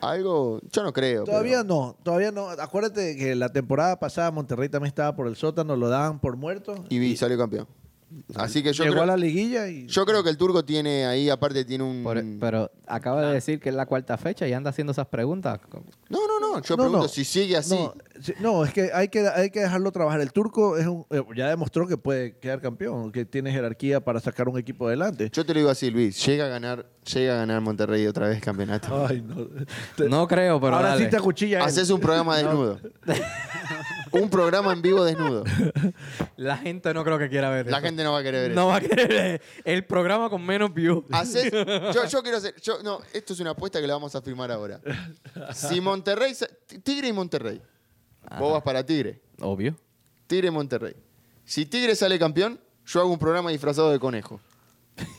[SPEAKER 3] algo? Yo no creo.
[SPEAKER 6] Todavía
[SPEAKER 3] pero-
[SPEAKER 6] no, todavía no. Acuérdate que la temporada pasada Monterrey también estaba por el sótano, lo daban por muerto.
[SPEAKER 3] Y vi, salió campeón. Así que yo
[SPEAKER 6] Llegó
[SPEAKER 3] creo,
[SPEAKER 6] a la liguilla y.
[SPEAKER 3] yo creo que el turco tiene ahí, aparte tiene un...
[SPEAKER 2] Por- pero acaba de decir que es la cuarta fecha y anda haciendo esas preguntas.
[SPEAKER 3] No, no, no. Yo
[SPEAKER 6] No,
[SPEAKER 3] pregunto
[SPEAKER 6] no.
[SPEAKER 3] si sigue así.
[SPEAKER 6] No, sí, no, es que hay, que hay que dejarlo trabajar. El turco es un- eh, ya demostró que puede quedar campeón, que tiene jerarquía para sacar un equipo adelante.
[SPEAKER 3] Yo te lo digo así, Luis. Llega a ganar, llega a ganar Monterrey otra vez campeonato.
[SPEAKER 6] Ay, no. Te-
[SPEAKER 2] No creo, pero
[SPEAKER 6] Ahora
[SPEAKER 2] dale.
[SPEAKER 6] sí te acuchilla. él.
[SPEAKER 3] Haces un
[SPEAKER 6] <laughs>
[SPEAKER 3] programa desnudo. un programa en vivo desnudo.
[SPEAKER 2] La gente no creo que quiera ver
[SPEAKER 3] La
[SPEAKER 2] eso.
[SPEAKER 3] gente no va a querer ver
[SPEAKER 2] no va a querer ver el programa con menos views.
[SPEAKER 3] Hacés- yo, yo quiero hacer. yo- no, esto es una apuesta que la vamos a firmar ahora. Si Monterrey. sa- Tigre y Monterrey.
[SPEAKER 2] Ah.
[SPEAKER 3] Vos vas para Tigre.
[SPEAKER 2] Obvio.
[SPEAKER 3] Tigre y Monterrey. Si Tigre sale campeón, yo hago un programa disfrazado de conejo.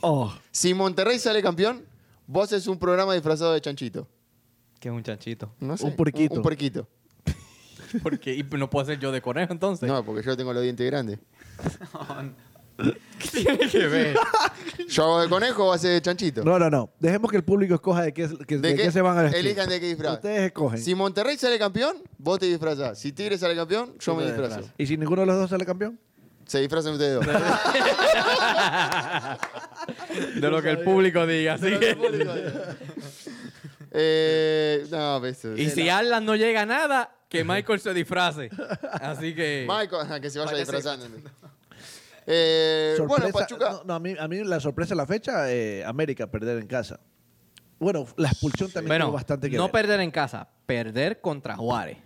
[SPEAKER 6] Oh,
[SPEAKER 3] Si Monterrey sale campeón, vos haces un programa disfrazado de chanchito.
[SPEAKER 2] Que es un chanchito.
[SPEAKER 3] No sé,
[SPEAKER 6] Un puerquito.
[SPEAKER 3] Un puerquito.
[SPEAKER 2] Porque y no puedo ser yo de conejo entonces.
[SPEAKER 3] No, porque yo tengo los dientes grandes.
[SPEAKER 2] ¿Qué tiene <laughs> que ver?
[SPEAKER 3] ¿Yo hago de conejo o hace de chanchito?
[SPEAKER 6] no, no, no. Dejemos que el público escoja de qué, que- de qué se van a vestir.
[SPEAKER 3] Elijan de qué disfraz.
[SPEAKER 6] Ustedes escogen.
[SPEAKER 3] Si Monterrey sale campeón, vos te disfrazás. Si Tigre sale campeón, yo me disfrazo.
[SPEAKER 6] ¿Y si ninguno de los dos sale campeón?
[SPEAKER 3] Se disfrazan ustedes dos.
[SPEAKER 2] De lo que el público diga.
[SPEAKER 3] <laughs>
[SPEAKER 2] así que-
[SPEAKER 3] Eh, no, pues,
[SPEAKER 2] Y si Alan no llega a nada, que Michael se disfrace. Así que.
[SPEAKER 3] Michael, <laughs> ajá, que se vaya disfrazando. Eh, bueno, Pachuca.
[SPEAKER 6] No, no, a, mí, a mí la sorpresa de la fecha, eh, América perder en casa. Bueno, la expulsión también tuvo
[SPEAKER 2] bueno,
[SPEAKER 6] bastante que
[SPEAKER 2] no
[SPEAKER 6] ver.
[SPEAKER 2] perder en casa, perder contra Juárez.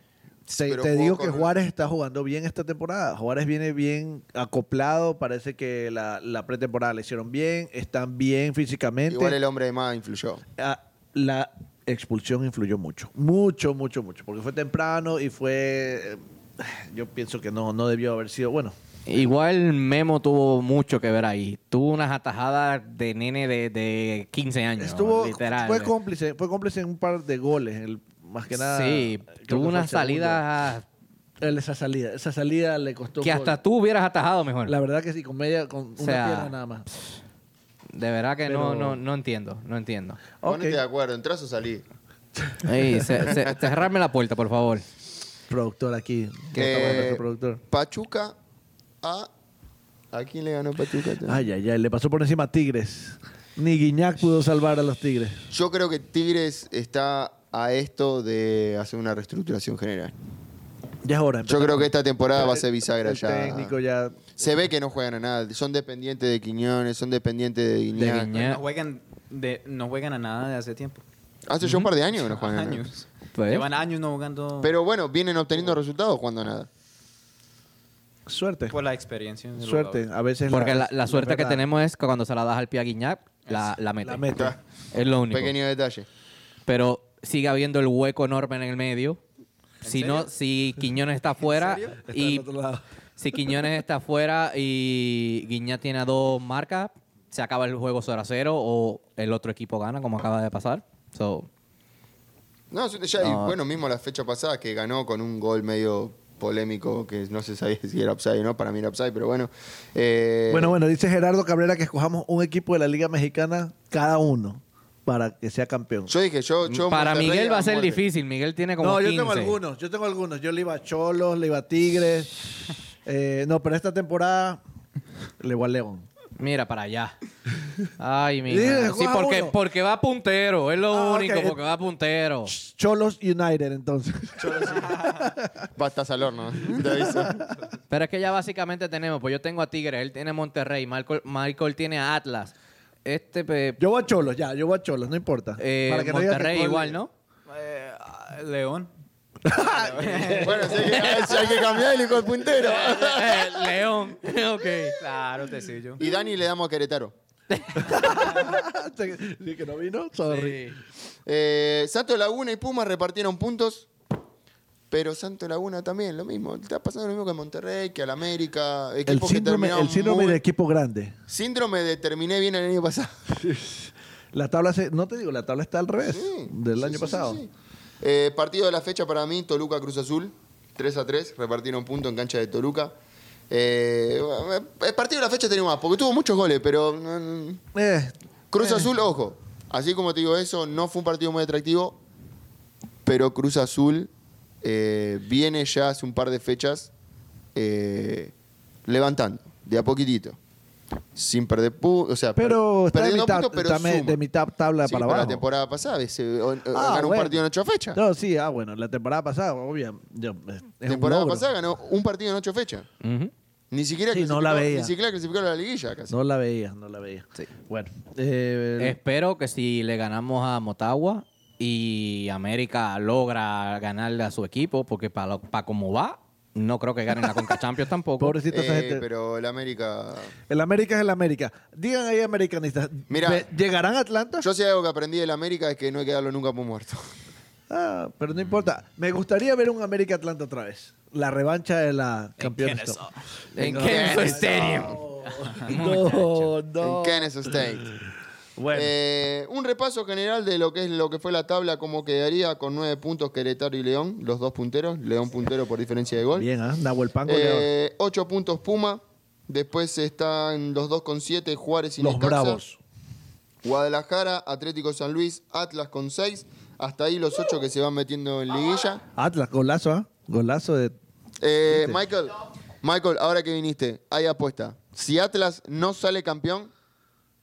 [SPEAKER 6] Te,
[SPEAKER 3] Pero
[SPEAKER 6] te
[SPEAKER 3] jugó
[SPEAKER 6] digo
[SPEAKER 3] con-
[SPEAKER 6] que Juárez está jugando bien esta temporada. Juárez viene bien acoplado. Parece que la, la pretemporada le hicieron bien. Están bien físicamente.
[SPEAKER 3] Igual el hombre de más influyó.
[SPEAKER 6] Ah, la expulsión influyó mucho. Mucho, mucho, mucho. Porque fue temprano y fue. eh, Yo pienso que no, no debió haber sido. Bueno,
[SPEAKER 2] Igual Memo tuvo mucho que ver ahí. Tuvo unas atajadas de nene de, de 15 años.
[SPEAKER 6] estuvo.
[SPEAKER 2] literal. eh.
[SPEAKER 6] Fue cómplice. Fue cómplice en un par de goles. el- más que nada.
[SPEAKER 2] Sí,
[SPEAKER 6] creo que
[SPEAKER 2] tuvo
[SPEAKER 6] fue el
[SPEAKER 2] unas
[SPEAKER 6] segundo.
[SPEAKER 2] salidas
[SPEAKER 6] Él, Esa salida. Esa salida le costó.
[SPEAKER 2] que
[SPEAKER 6] un
[SPEAKER 2] hasta
[SPEAKER 6] gol.
[SPEAKER 2] tú hubieras atajado mejor.
[SPEAKER 6] La verdad que sí, con media, con una
[SPEAKER 2] sea,
[SPEAKER 6] pierna nada más.
[SPEAKER 2] De verdad que no,
[SPEAKER 6] Pero-
[SPEAKER 2] no, no entiendo, no entiendo.
[SPEAKER 6] Ok,
[SPEAKER 3] Ponete de acuerdo, entras o salís.
[SPEAKER 2] <laughs> Ey, ce- ce- cerrarme la puerta, por favor.
[SPEAKER 6] productor aquí.
[SPEAKER 3] Eh,
[SPEAKER 6] Estamos con nuestro este productor.
[SPEAKER 3] Pachuca a. ¿A quién le ganó Pachuca?
[SPEAKER 6] Ay, ay, ay, le pasó por encima a Tigres. Ni Guiñac pudo salvar a los Tigres.
[SPEAKER 3] Yo creo que Tigres está a esto de hacer una reestructuración general.
[SPEAKER 6] Ya es hora.
[SPEAKER 3] Yo creo que esta temporada va a ser
[SPEAKER 6] El-
[SPEAKER 3] bisagra
[SPEAKER 6] el
[SPEAKER 3] ya.
[SPEAKER 6] técnico ya.
[SPEAKER 3] Se ve que no juegan a nada. Son dependientes de Quiñones, son dependientes de Guiñac.
[SPEAKER 2] Guiñac.
[SPEAKER 4] No juegan, de, no juegan a nada de hace tiempo.
[SPEAKER 3] Hace Ah, ya un par de años que no juegan a nada.
[SPEAKER 4] años.
[SPEAKER 2] Pues.
[SPEAKER 4] Llevan años no jugando
[SPEAKER 3] Pero bueno, vienen obteniendo resultados cuando nada.
[SPEAKER 6] Suerte.
[SPEAKER 4] por la experiencia. del
[SPEAKER 6] Suerte.
[SPEAKER 4] jugador.
[SPEAKER 6] A veces.
[SPEAKER 2] Porque la, la suerte que
[SPEAKER 6] meta-
[SPEAKER 2] tenemos es que cuando se la das al pie a Guiñac, la, la mete.
[SPEAKER 6] La meta.
[SPEAKER 2] Es lo único.
[SPEAKER 3] Pequeño detalle.
[SPEAKER 2] Pero sigue habiendo el hueco enorme en el medio. Si
[SPEAKER 4] serio?
[SPEAKER 2] no, si Quiñones está afuera
[SPEAKER 6] Y...
[SPEAKER 2] y si Quiñones está afuera y Guiñac tiene a dos marcas, se acaba el juego 0 a 0 o el otro equipo gana, como acaba de pasar. So,
[SPEAKER 3] No, es- ya, y bueno, mismo la fecha pasada que ganó con un gol medio polémico que no se sabía <laughs> si era upside o no. Para mí era upside, pero bueno. Eh,
[SPEAKER 6] Bueno, bueno, dice Gerardo Cabrera que escojamos un equipo de la Liga Mexicana cada uno para que sea campeón.
[SPEAKER 3] Yo dije, yo. yo
[SPEAKER 2] para
[SPEAKER 3] Monterrey
[SPEAKER 2] Miguel va a
[SPEAKER 3] muerte.
[SPEAKER 2] ser difícil. Miguel tiene como
[SPEAKER 6] no,
[SPEAKER 2] 15.
[SPEAKER 6] yo tengo algunos, yo tengo algunos. Yo le iba a Cholos, le iba a Tigres. <laughs> Eh, no, pero esta temporada le voy a León.
[SPEAKER 2] Mira para
[SPEAKER 6] <laughs>
[SPEAKER 2] allá. Ay, mi
[SPEAKER 6] Dile,
[SPEAKER 2] madre. Sí,
[SPEAKER 6] escoja
[SPEAKER 2] porque,
[SPEAKER 6] uno.
[SPEAKER 2] porque va puntero. Es lo
[SPEAKER 6] Ah,
[SPEAKER 2] único,
[SPEAKER 6] ok.
[SPEAKER 2] porque va puntero.
[SPEAKER 6] Cholos United, entonces.
[SPEAKER 3] Bastas al horno. <laughs> Te aviso.
[SPEAKER 2] Pero es que ya básicamente tenemos, pues yo tengo a Tigres, él tiene Monterrey, Michael, Michael tiene a Atlas. Este, pe-
[SPEAKER 6] Yo voy a Cholos, ya, yo voy a Cholos, no importa.
[SPEAKER 2] eh,
[SPEAKER 6] <laughs> Para que no digas que
[SPEAKER 2] Monterrey
[SPEAKER 6] Col-
[SPEAKER 2] igual, ¿no?
[SPEAKER 4] Eh, ah, León.
[SPEAKER 3] bueno, si hay, que, si hay que cambiar el hijo de puntero.
[SPEAKER 2] Eh, León. <laughs> ok.
[SPEAKER 4] Claro, te soy yo.
[SPEAKER 3] Y Dani le damos a Querétaro.
[SPEAKER 6] sí, que no vino, sorry.
[SPEAKER 3] Eh, Santo Laguna y Pumas repartieron puntos. Pero Santo Laguna también, lo mismo. Está pasando lo mismo que Monterrey, que al América.
[SPEAKER 6] El
[SPEAKER 3] Equipos que
[SPEAKER 6] síndrome,
[SPEAKER 3] terminaron
[SPEAKER 6] el síndrome
[SPEAKER 3] muy-
[SPEAKER 6] de equipo grande.
[SPEAKER 3] Síndrome de terminé bien el año
[SPEAKER 6] <laughs>
[SPEAKER 3] pasado.
[SPEAKER 6] La tabla, se- no te digo, la tabla está al revés
[SPEAKER 3] Sí,
[SPEAKER 6] del
[SPEAKER 3] sí,
[SPEAKER 6] año
[SPEAKER 3] sí,
[SPEAKER 6] pasado.
[SPEAKER 3] sí, sí. Eh, partido de la fecha para mí, Toluca Cruz Azul, 3 a 3, repartieron punto en cancha de Toluca. Eh, bueno, el partido de la fecha tenía más, porque tuvo muchos goles, pero mm,
[SPEAKER 6] Eh,
[SPEAKER 3] Cruz Azul, ojo, así como te digo eso, no fue un partido muy atractivo, pero Cruz Azul eh, viene ya hace un par de fechas eh, levantando, de a poquitito. Sin perder pu- o sea,
[SPEAKER 6] Pero
[SPEAKER 3] per-
[SPEAKER 6] está de
[SPEAKER 3] perdiendo
[SPEAKER 6] mitad,
[SPEAKER 3] puntos, pero
[SPEAKER 6] está me-
[SPEAKER 3] suma.
[SPEAKER 6] de mitad tabla
[SPEAKER 3] Sí,
[SPEAKER 6] para
[SPEAKER 3] pero
[SPEAKER 6] abajo.
[SPEAKER 3] la temporada pasada, se, o- o-
[SPEAKER 6] Ah,
[SPEAKER 3] eh, ganó un
[SPEAKER 6] bueno.
[SPEAKER 3] partido en ocho fechas.
[SPEAKER 6] No, sí, ah, bueno, la temporada pasada, obvia. yo- eh, es un
[SPEAKER 3] temporada
[SPEAKER 6] logro.
[SPEAKER 3] pasada ganó un partido en ocho fechas. Ni siquiera,
[SPEAKER 6] Sí, no
[SPEAKER 3] clasificó-
[SPEAKER 6] la veía.
[SPEAKER 3] ni siquiera clasificó a la liguilla casi.
[SPEAKER 6] No la veía, no la veía. Bueno, eh,
[SPEAKER 2] Espero que si le ganamos a Motagua y América logra ganarle a su equipo, porque para como va, no creo que ganen la Conca Champions tampoco.
[SPEAKER 6] pobrecita esa
[SPEAKER 3] Eh,
[SPEAKER 6] gente.
[SPEAKER 3] pero el América.
[SPEAKER 6] El América es el América. Digan ahí, americanistas,
[SPEAKER 3] Mira.
[SPEAKER 6] ¿ve- ¿llegarán a Atlanta?
[SPEAKER 3] Yo sé algo que aprendí del América es que no hay que darlo nunca por muerto.
[SPEAKER 6] Ah, pero no importa. Me gustaría ver un América Atlanta otra vez. La revancha de la campeona.
[SPEAKER 2] ¿En
[SPEAKER 6] No,
[SPEAKER 2] qué
[SPEAKER 3] no.
[SPEAKER 2] Stadium?
[SPEAKER 6] <laughs> No, no.
[SPEAKER 3] En Kansas State.
[SPEAKER 6] <laughs> Bueno,
[SPEAKER 3] Eh, un repaso general de lo que es lo que fue la tabla, cómo quedaría con nueve puntos Querétaro y León, los dos punteros, León puntero por diferencia de gol.
[SPEAKER 6] bien, ¿ah? Nahuel Pango, León.
[SPEAKER 3] Eh, ocho puntos Puma. Después están los dos con siete, Juárez y
[SPEAKER 6] Los
[SPEAKER 3] Necaxa.
[SPEAKER 6] Bravos.
[SPEAKER 3] Guadalajara, Atlético San Luis, Atlas con seis. Hasta ahí los ocho que se van metiendo en liguilla.
[SPEAKER 6] Atlas, golazo, ¿ah?
[SPEAKER 3] <laughs>
[SPEAKER 6] Golazo de.
[SPEAKER 3] Eh, Michael, Michael, ahora que viniste, hay apuesta. Si Atlas no sale campeón,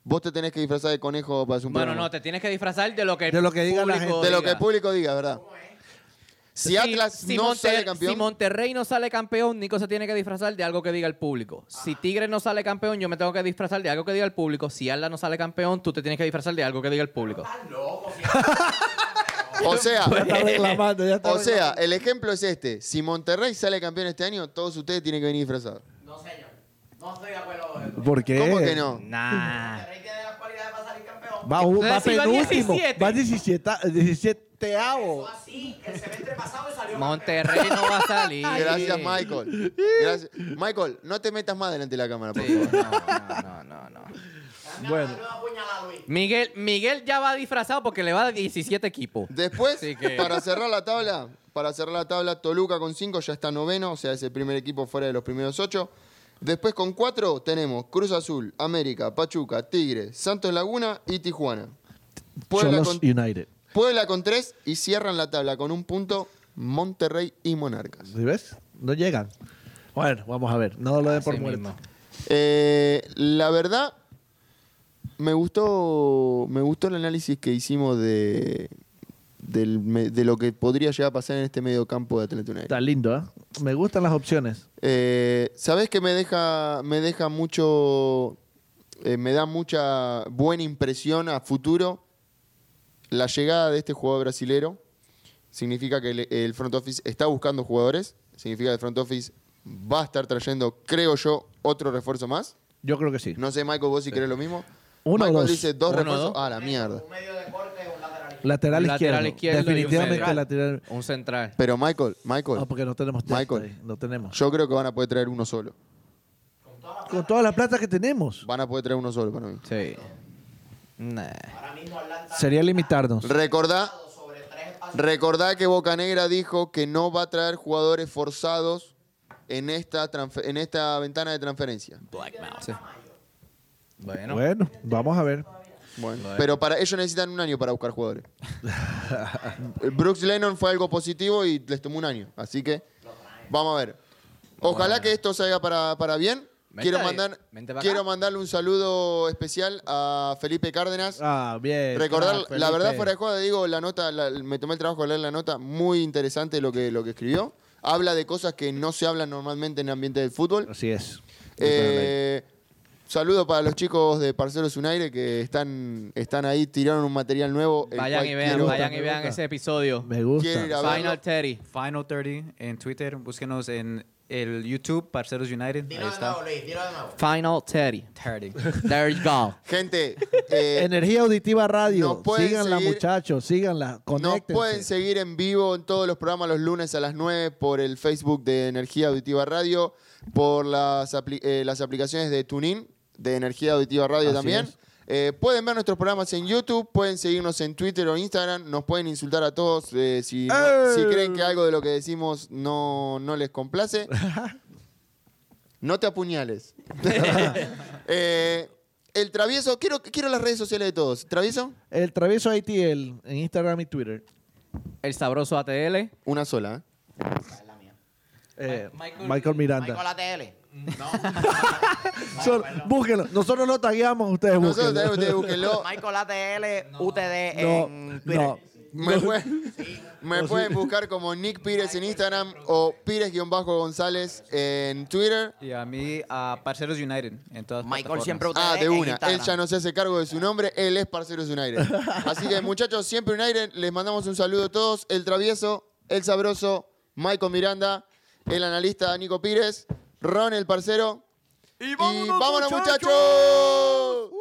[SPEAKER 3] vos te tenés que disfrazar de conejo para hacer un
[SPEAKER 2] Bueno,
[SPEAKER 3] programa.
[SPEAKER 2] no, te tienes que disfrazar de lo que,
[SPEAKER 6] De lo que diga la gente.
[SPEAKER 3] De lo que el público diga, ¿verdad? Si Atlas no
[SPEAKER 2] Monter-
[SPEAKER 3] sale campeón,
[SPEAKER 2] Si Monterrey no sale campeón, Nico se tiene que disfrazar de algo que diga el público. Si
[SPEAKER 3] Ah.
[SPEAKER 2] Tigres no sale campeón, yo me tengo que disfrazar de algo que diga el público. Si Atlas no sale campeón, tú te tienes que disfrazar de algo que diga el público. <laughs>
[SPEAKER 3] o sea,
[SPEAKER 6] Ya está
[SPEAKER 3] <laughs>
[SPEAKER 6] reclamando, ya está
[SPEAKER 3] o sea, el ejemplo es este. Si Monterrey sale campeón este año, todos ustedes tienen que venir disfrazados.
[SPEAKER 5] No, señor. No estoy de acuerdo con eso.
[SPEAKER 6] reclamando. ¿Por qué?
[SPEAKER 3] ¿Cómo que no? Ah.
[SPEAKER 2] Nah.
[SPEAKER 5] Monterrey tiene las cualidades para salir campeón.
[SPEAKER 6] Va, un- va
[SPEAKER 2] Entonces, si va
[SPEAKER 6] penúltimo.
[SPEAKER 2] 17.
[SPEAKER 6] Va 17. 17
[SPEAKER 5] Fue Así, el semestre pasado y salió
[SPEAKER 2] Monterrey no va a salir.
[SPEAKER 3] <laughs> Gracias, Michael. Gracias. Michael, no te metas más delante de la cámara, por
[SPEAKER 2] Sí,
[SPEAKER 3] favor.
[SPEAKER 2] No, no, no, no.
[SPEAKER 6] Bueno.
[SPEAKER 2] Miguel, Miguel ya va disfrazado porque le va a 17 equipos.
[SPEAKER 3] Después,
[SPEAKER 2] Así que-
[SPEAKER 3] para cerrar la tabla, para cerrar la tabla, Toluca con 5 ya está noveno, o sea, es el primer equipo fuera de los primeros 8. Después con 4 tenemos Cruz Azul, América, Pachuca, Tigre, Santos Laguna y Tijuana. Puebla
[SPEAKER 6] Cholos
[SPEAKER 3] con,
[SPEAKER 6] United.
[SPEAKER 3] Puebla con 3 y cierran la tabla con un punto Monterrey y Monarcas.
[SPEAKER 6] ¿Sí ves? No llegan. Bueno, vamos a ver. No lo den por
[SPEAKER 2] Así Ah,
[SPEAKER 6] muerto.
[SPEAKER 2] mismo.
[SPEAKER 3] Eh, la verdad, me gustó, me gustó el análisis que hicimos de, del me- de lo que podría llegar a pasar en este medio campo de Atlanta United.
[SPEAKER 6] Está lindo, ¿ah? Me gustan las opciones.
[SPEAKER 3] Eh, ¿Sabes que me deja, me deja mucho, eh, me da mucha buena impresión a futuro la llegada de este jugador brasilero? Significa que el, el front office está buscando jugadores, significa que el front office va a estar trayendo, creo yo, otro refuerzo más.
[SPEAKER 6] Yo creo que sí.
[SPEAKER 3] No sé, Michael, vos si crees lo mismo.
[SPEAKER 6] Uno,
[SPEAKER 3] Michael
[SPEAKER 6] dos.
[SPEAKER 3] dice dos
[SPEAKER 2] Uno,
[SPEAKER 3] refuerzos.
[SPEAKER 2] dos.
[SPEAKER 3] Ah, la mierda.
[SPEAKER 5] Un medio de corte o un lateral.
[SPEAKER 6] Lateral,
[SPEAKER 2] Lateral
[SPEAKER 6] izquierdo.
[SPEAKER 2] izquierdo y un
[SPEAKER 6] Definitivamente
[SPEAKER 2] central.
[SPEAKER 6] lateral.
[SPEAKER 2] Un central.
[SPEAKER 3] Pero Michael, Michael,
[SPEAKER 6] Ah, porque no tenemos texto
[SPEAKER 3] Michael.
[SPEAKER 6] ahí, No tenemos.
[SPEAKER 3] yo creo que van a poder traer uno solo.
[SPEAKER 6] Con toda la plata que tenemos.
[SPEAKER 3] Van a poder traer uno solo para mí.
[SPEAKER 2] Sí. Nah.
[SPEAKER 5] Ahora mismo Atlanta
[SPEAKER 6] Sería limitarnos.
[SPEAKER 3] Recordá,
[SPEAKER 5] sobre tres espacios.
[SPEAKER 3] Recordá que Boca Negra dijo que no va a traer jugadores forzados en esta, transfer- en esta ventana de transferencia.
[SPEAKER 2] Sí. Bueno.
[SPEAKER 6] Bueno, vamos a ver.
[SPEAKER 3] Bueno, pero para ellos necesitan un año para
[SPEAKER 2] <laughs>
[SPEAKER 3] buscar jugadores. Brooks Lennon fue algo positivo y les tomó un año. Así que vamos a ver. Ojalá que esto salga para, para bien.
[SPEAKER 2] Vente
[SPEAKER 3] Quiero,
[SPEAKER 2] ahí,
[SPEAKER 3] mandar,
[SPEAKER 2] vente para acá.
[SPEAKER 3] quiero mandarle un saludo especial a Felipe Cárdenas.
[SPEAKER 6] Ah,
[SPEAKER 2] Eh,
[SPEAKER 6] bien.
[SPEAKER 3] Recordar,
[SPEAKER 6] Ah, Felipe.
[SPEAKER 3] la verdad fuera de juego, digo, la nota, la- me tomé el trabajo de leer la nota, muy interesante lo que, lo que escribió. Habla de cosas que no se hablan normalmente en el ambiente del fútbol.
[SPEAKER 6] Así es.
[SPEAKER 3] Eh, Saludo para los chicos de Parceros Unaire que están, están ahí, tiraron un material nuevo. el
[SPEAKER 2] Vayan
[SPEAKER 3] cual
[SPEAKER 2] y vean,
[SPEAKER 3] quiero-
[SPEAKER 2] vayan y
[SPEAKER 6] me
[SPEAKER 2] vean
[SPEAKER 6] gusta.
[SPEAKER 2] ese episodio.
[SPEAKER 6] Me gusta.
[SPEAKER 3] Quiero ir a verlo.
[SPEAKER 2] Final Terry.
[SPEAKER 4] Final 30 en Twitter, búsquenos en el YouTube, Parceros United.
[SPEAKER 5] Dilo
[SPEAKER 4] Ahí
[SPEAKER 5] de nuevo,
[SPEAKER 4] está.
[SPEAKER 5] Luis, dilo de nuevo.
[SPEAKER 2] Final Terry.
[SPEAKER 4] 30.
[SPEAKER 2] There you go. <laughs>
[SPEAKER 3] Gente, eh,
[SPEAKER 6] Energía Auditiva Radio.
[SPEAKER 3] Nos pueden
[SPEAKER 6] síganla,
[SPEAKER 3] seguir-
[SPEAKER 6] muchachos. Síganla.
[SPEAKER 3] Nos
[SPEAKER 6] Conéctense.
[SPEAKER 3] pueden seguir en vivo en todos los programas los lunes a las 9 por el Facebook de Energía Auditiva Radio, por las, apli- eh, las aplicaciones de TuneIn de Energía Auditiva Radio
[SPEAKER 6] Así
[SPEAKER 3] también.
[SPEAKER 6] es.
[SPEAKER 3] Eh, pueden ver nuestros programas en YouTube, pueden seguirnos en Twitter o Instagram, nos pueden insultar a todos eh, si, no-
[SPEAKER 6] ¡Eh!
[SPEAKER 3] si creen que algo de lo que decimos no, no les
[SPEAKER 6] <laughs>
[SPEAKER 3] complace. No te apuñales. <laughs> Eh, el travieso, quiero, quiero las redes sociales de todos. ¿Travieso?
[SPEAKER 6] El Travieso ATL en Instagram y Twitter.
[SPEAKER 2] El sabroso ATL.
[SPEAKER 3] Una sola. ¿eh?
[SPEAKER 5] Es la mía.
[SPEAKER 6] Eh, Michael,
[SPEAKER 2] Michael-
[SPEAKER 6] Miranda.
[SPEAKER 5] Michael ATL. No.
[SPEAKER 6] Solo- búsquenlo. Nosotros no tagueamos, ustedes
[SPEAKER 3] Nosotros
[SPEAKER 6] búsquenlo.
[SPEAKER 3] también ustedes búsquenlo.
[SPEAKER 5] Michael ATL, UTD en
[SPEAKER 6] <laughs> No,
[SPEAKER 5] Twitter.
[SPEAKER 6] no.
[SPEAKER 3] Me, pueden- me pueden buscar como Nick Pires en Instagram o Pires-González en Twitter.
[SPEAKER 4] y a mí, a Parceros United. En todas
[SPEAKER 5] Michael
[SPEAKER 4] plataformas.
[SPEAKER 5] siempre UTD
[SPEAKER 3] Ah, de
[SPEAKER 5] en
[SPEAKER 3] una. Él
[SPEAKER 5] Instagram.
[SPEAKER 3] ya no se hace cargo de su nombre, él es Parceros Unaire. Así que, muchachos, siempre Unaire, les mandamos un saludo a todos. El travieso, el sabroso, Michael Miranda, el analista Nico Pires, Ron el parcero. Y vámonos, muchachos.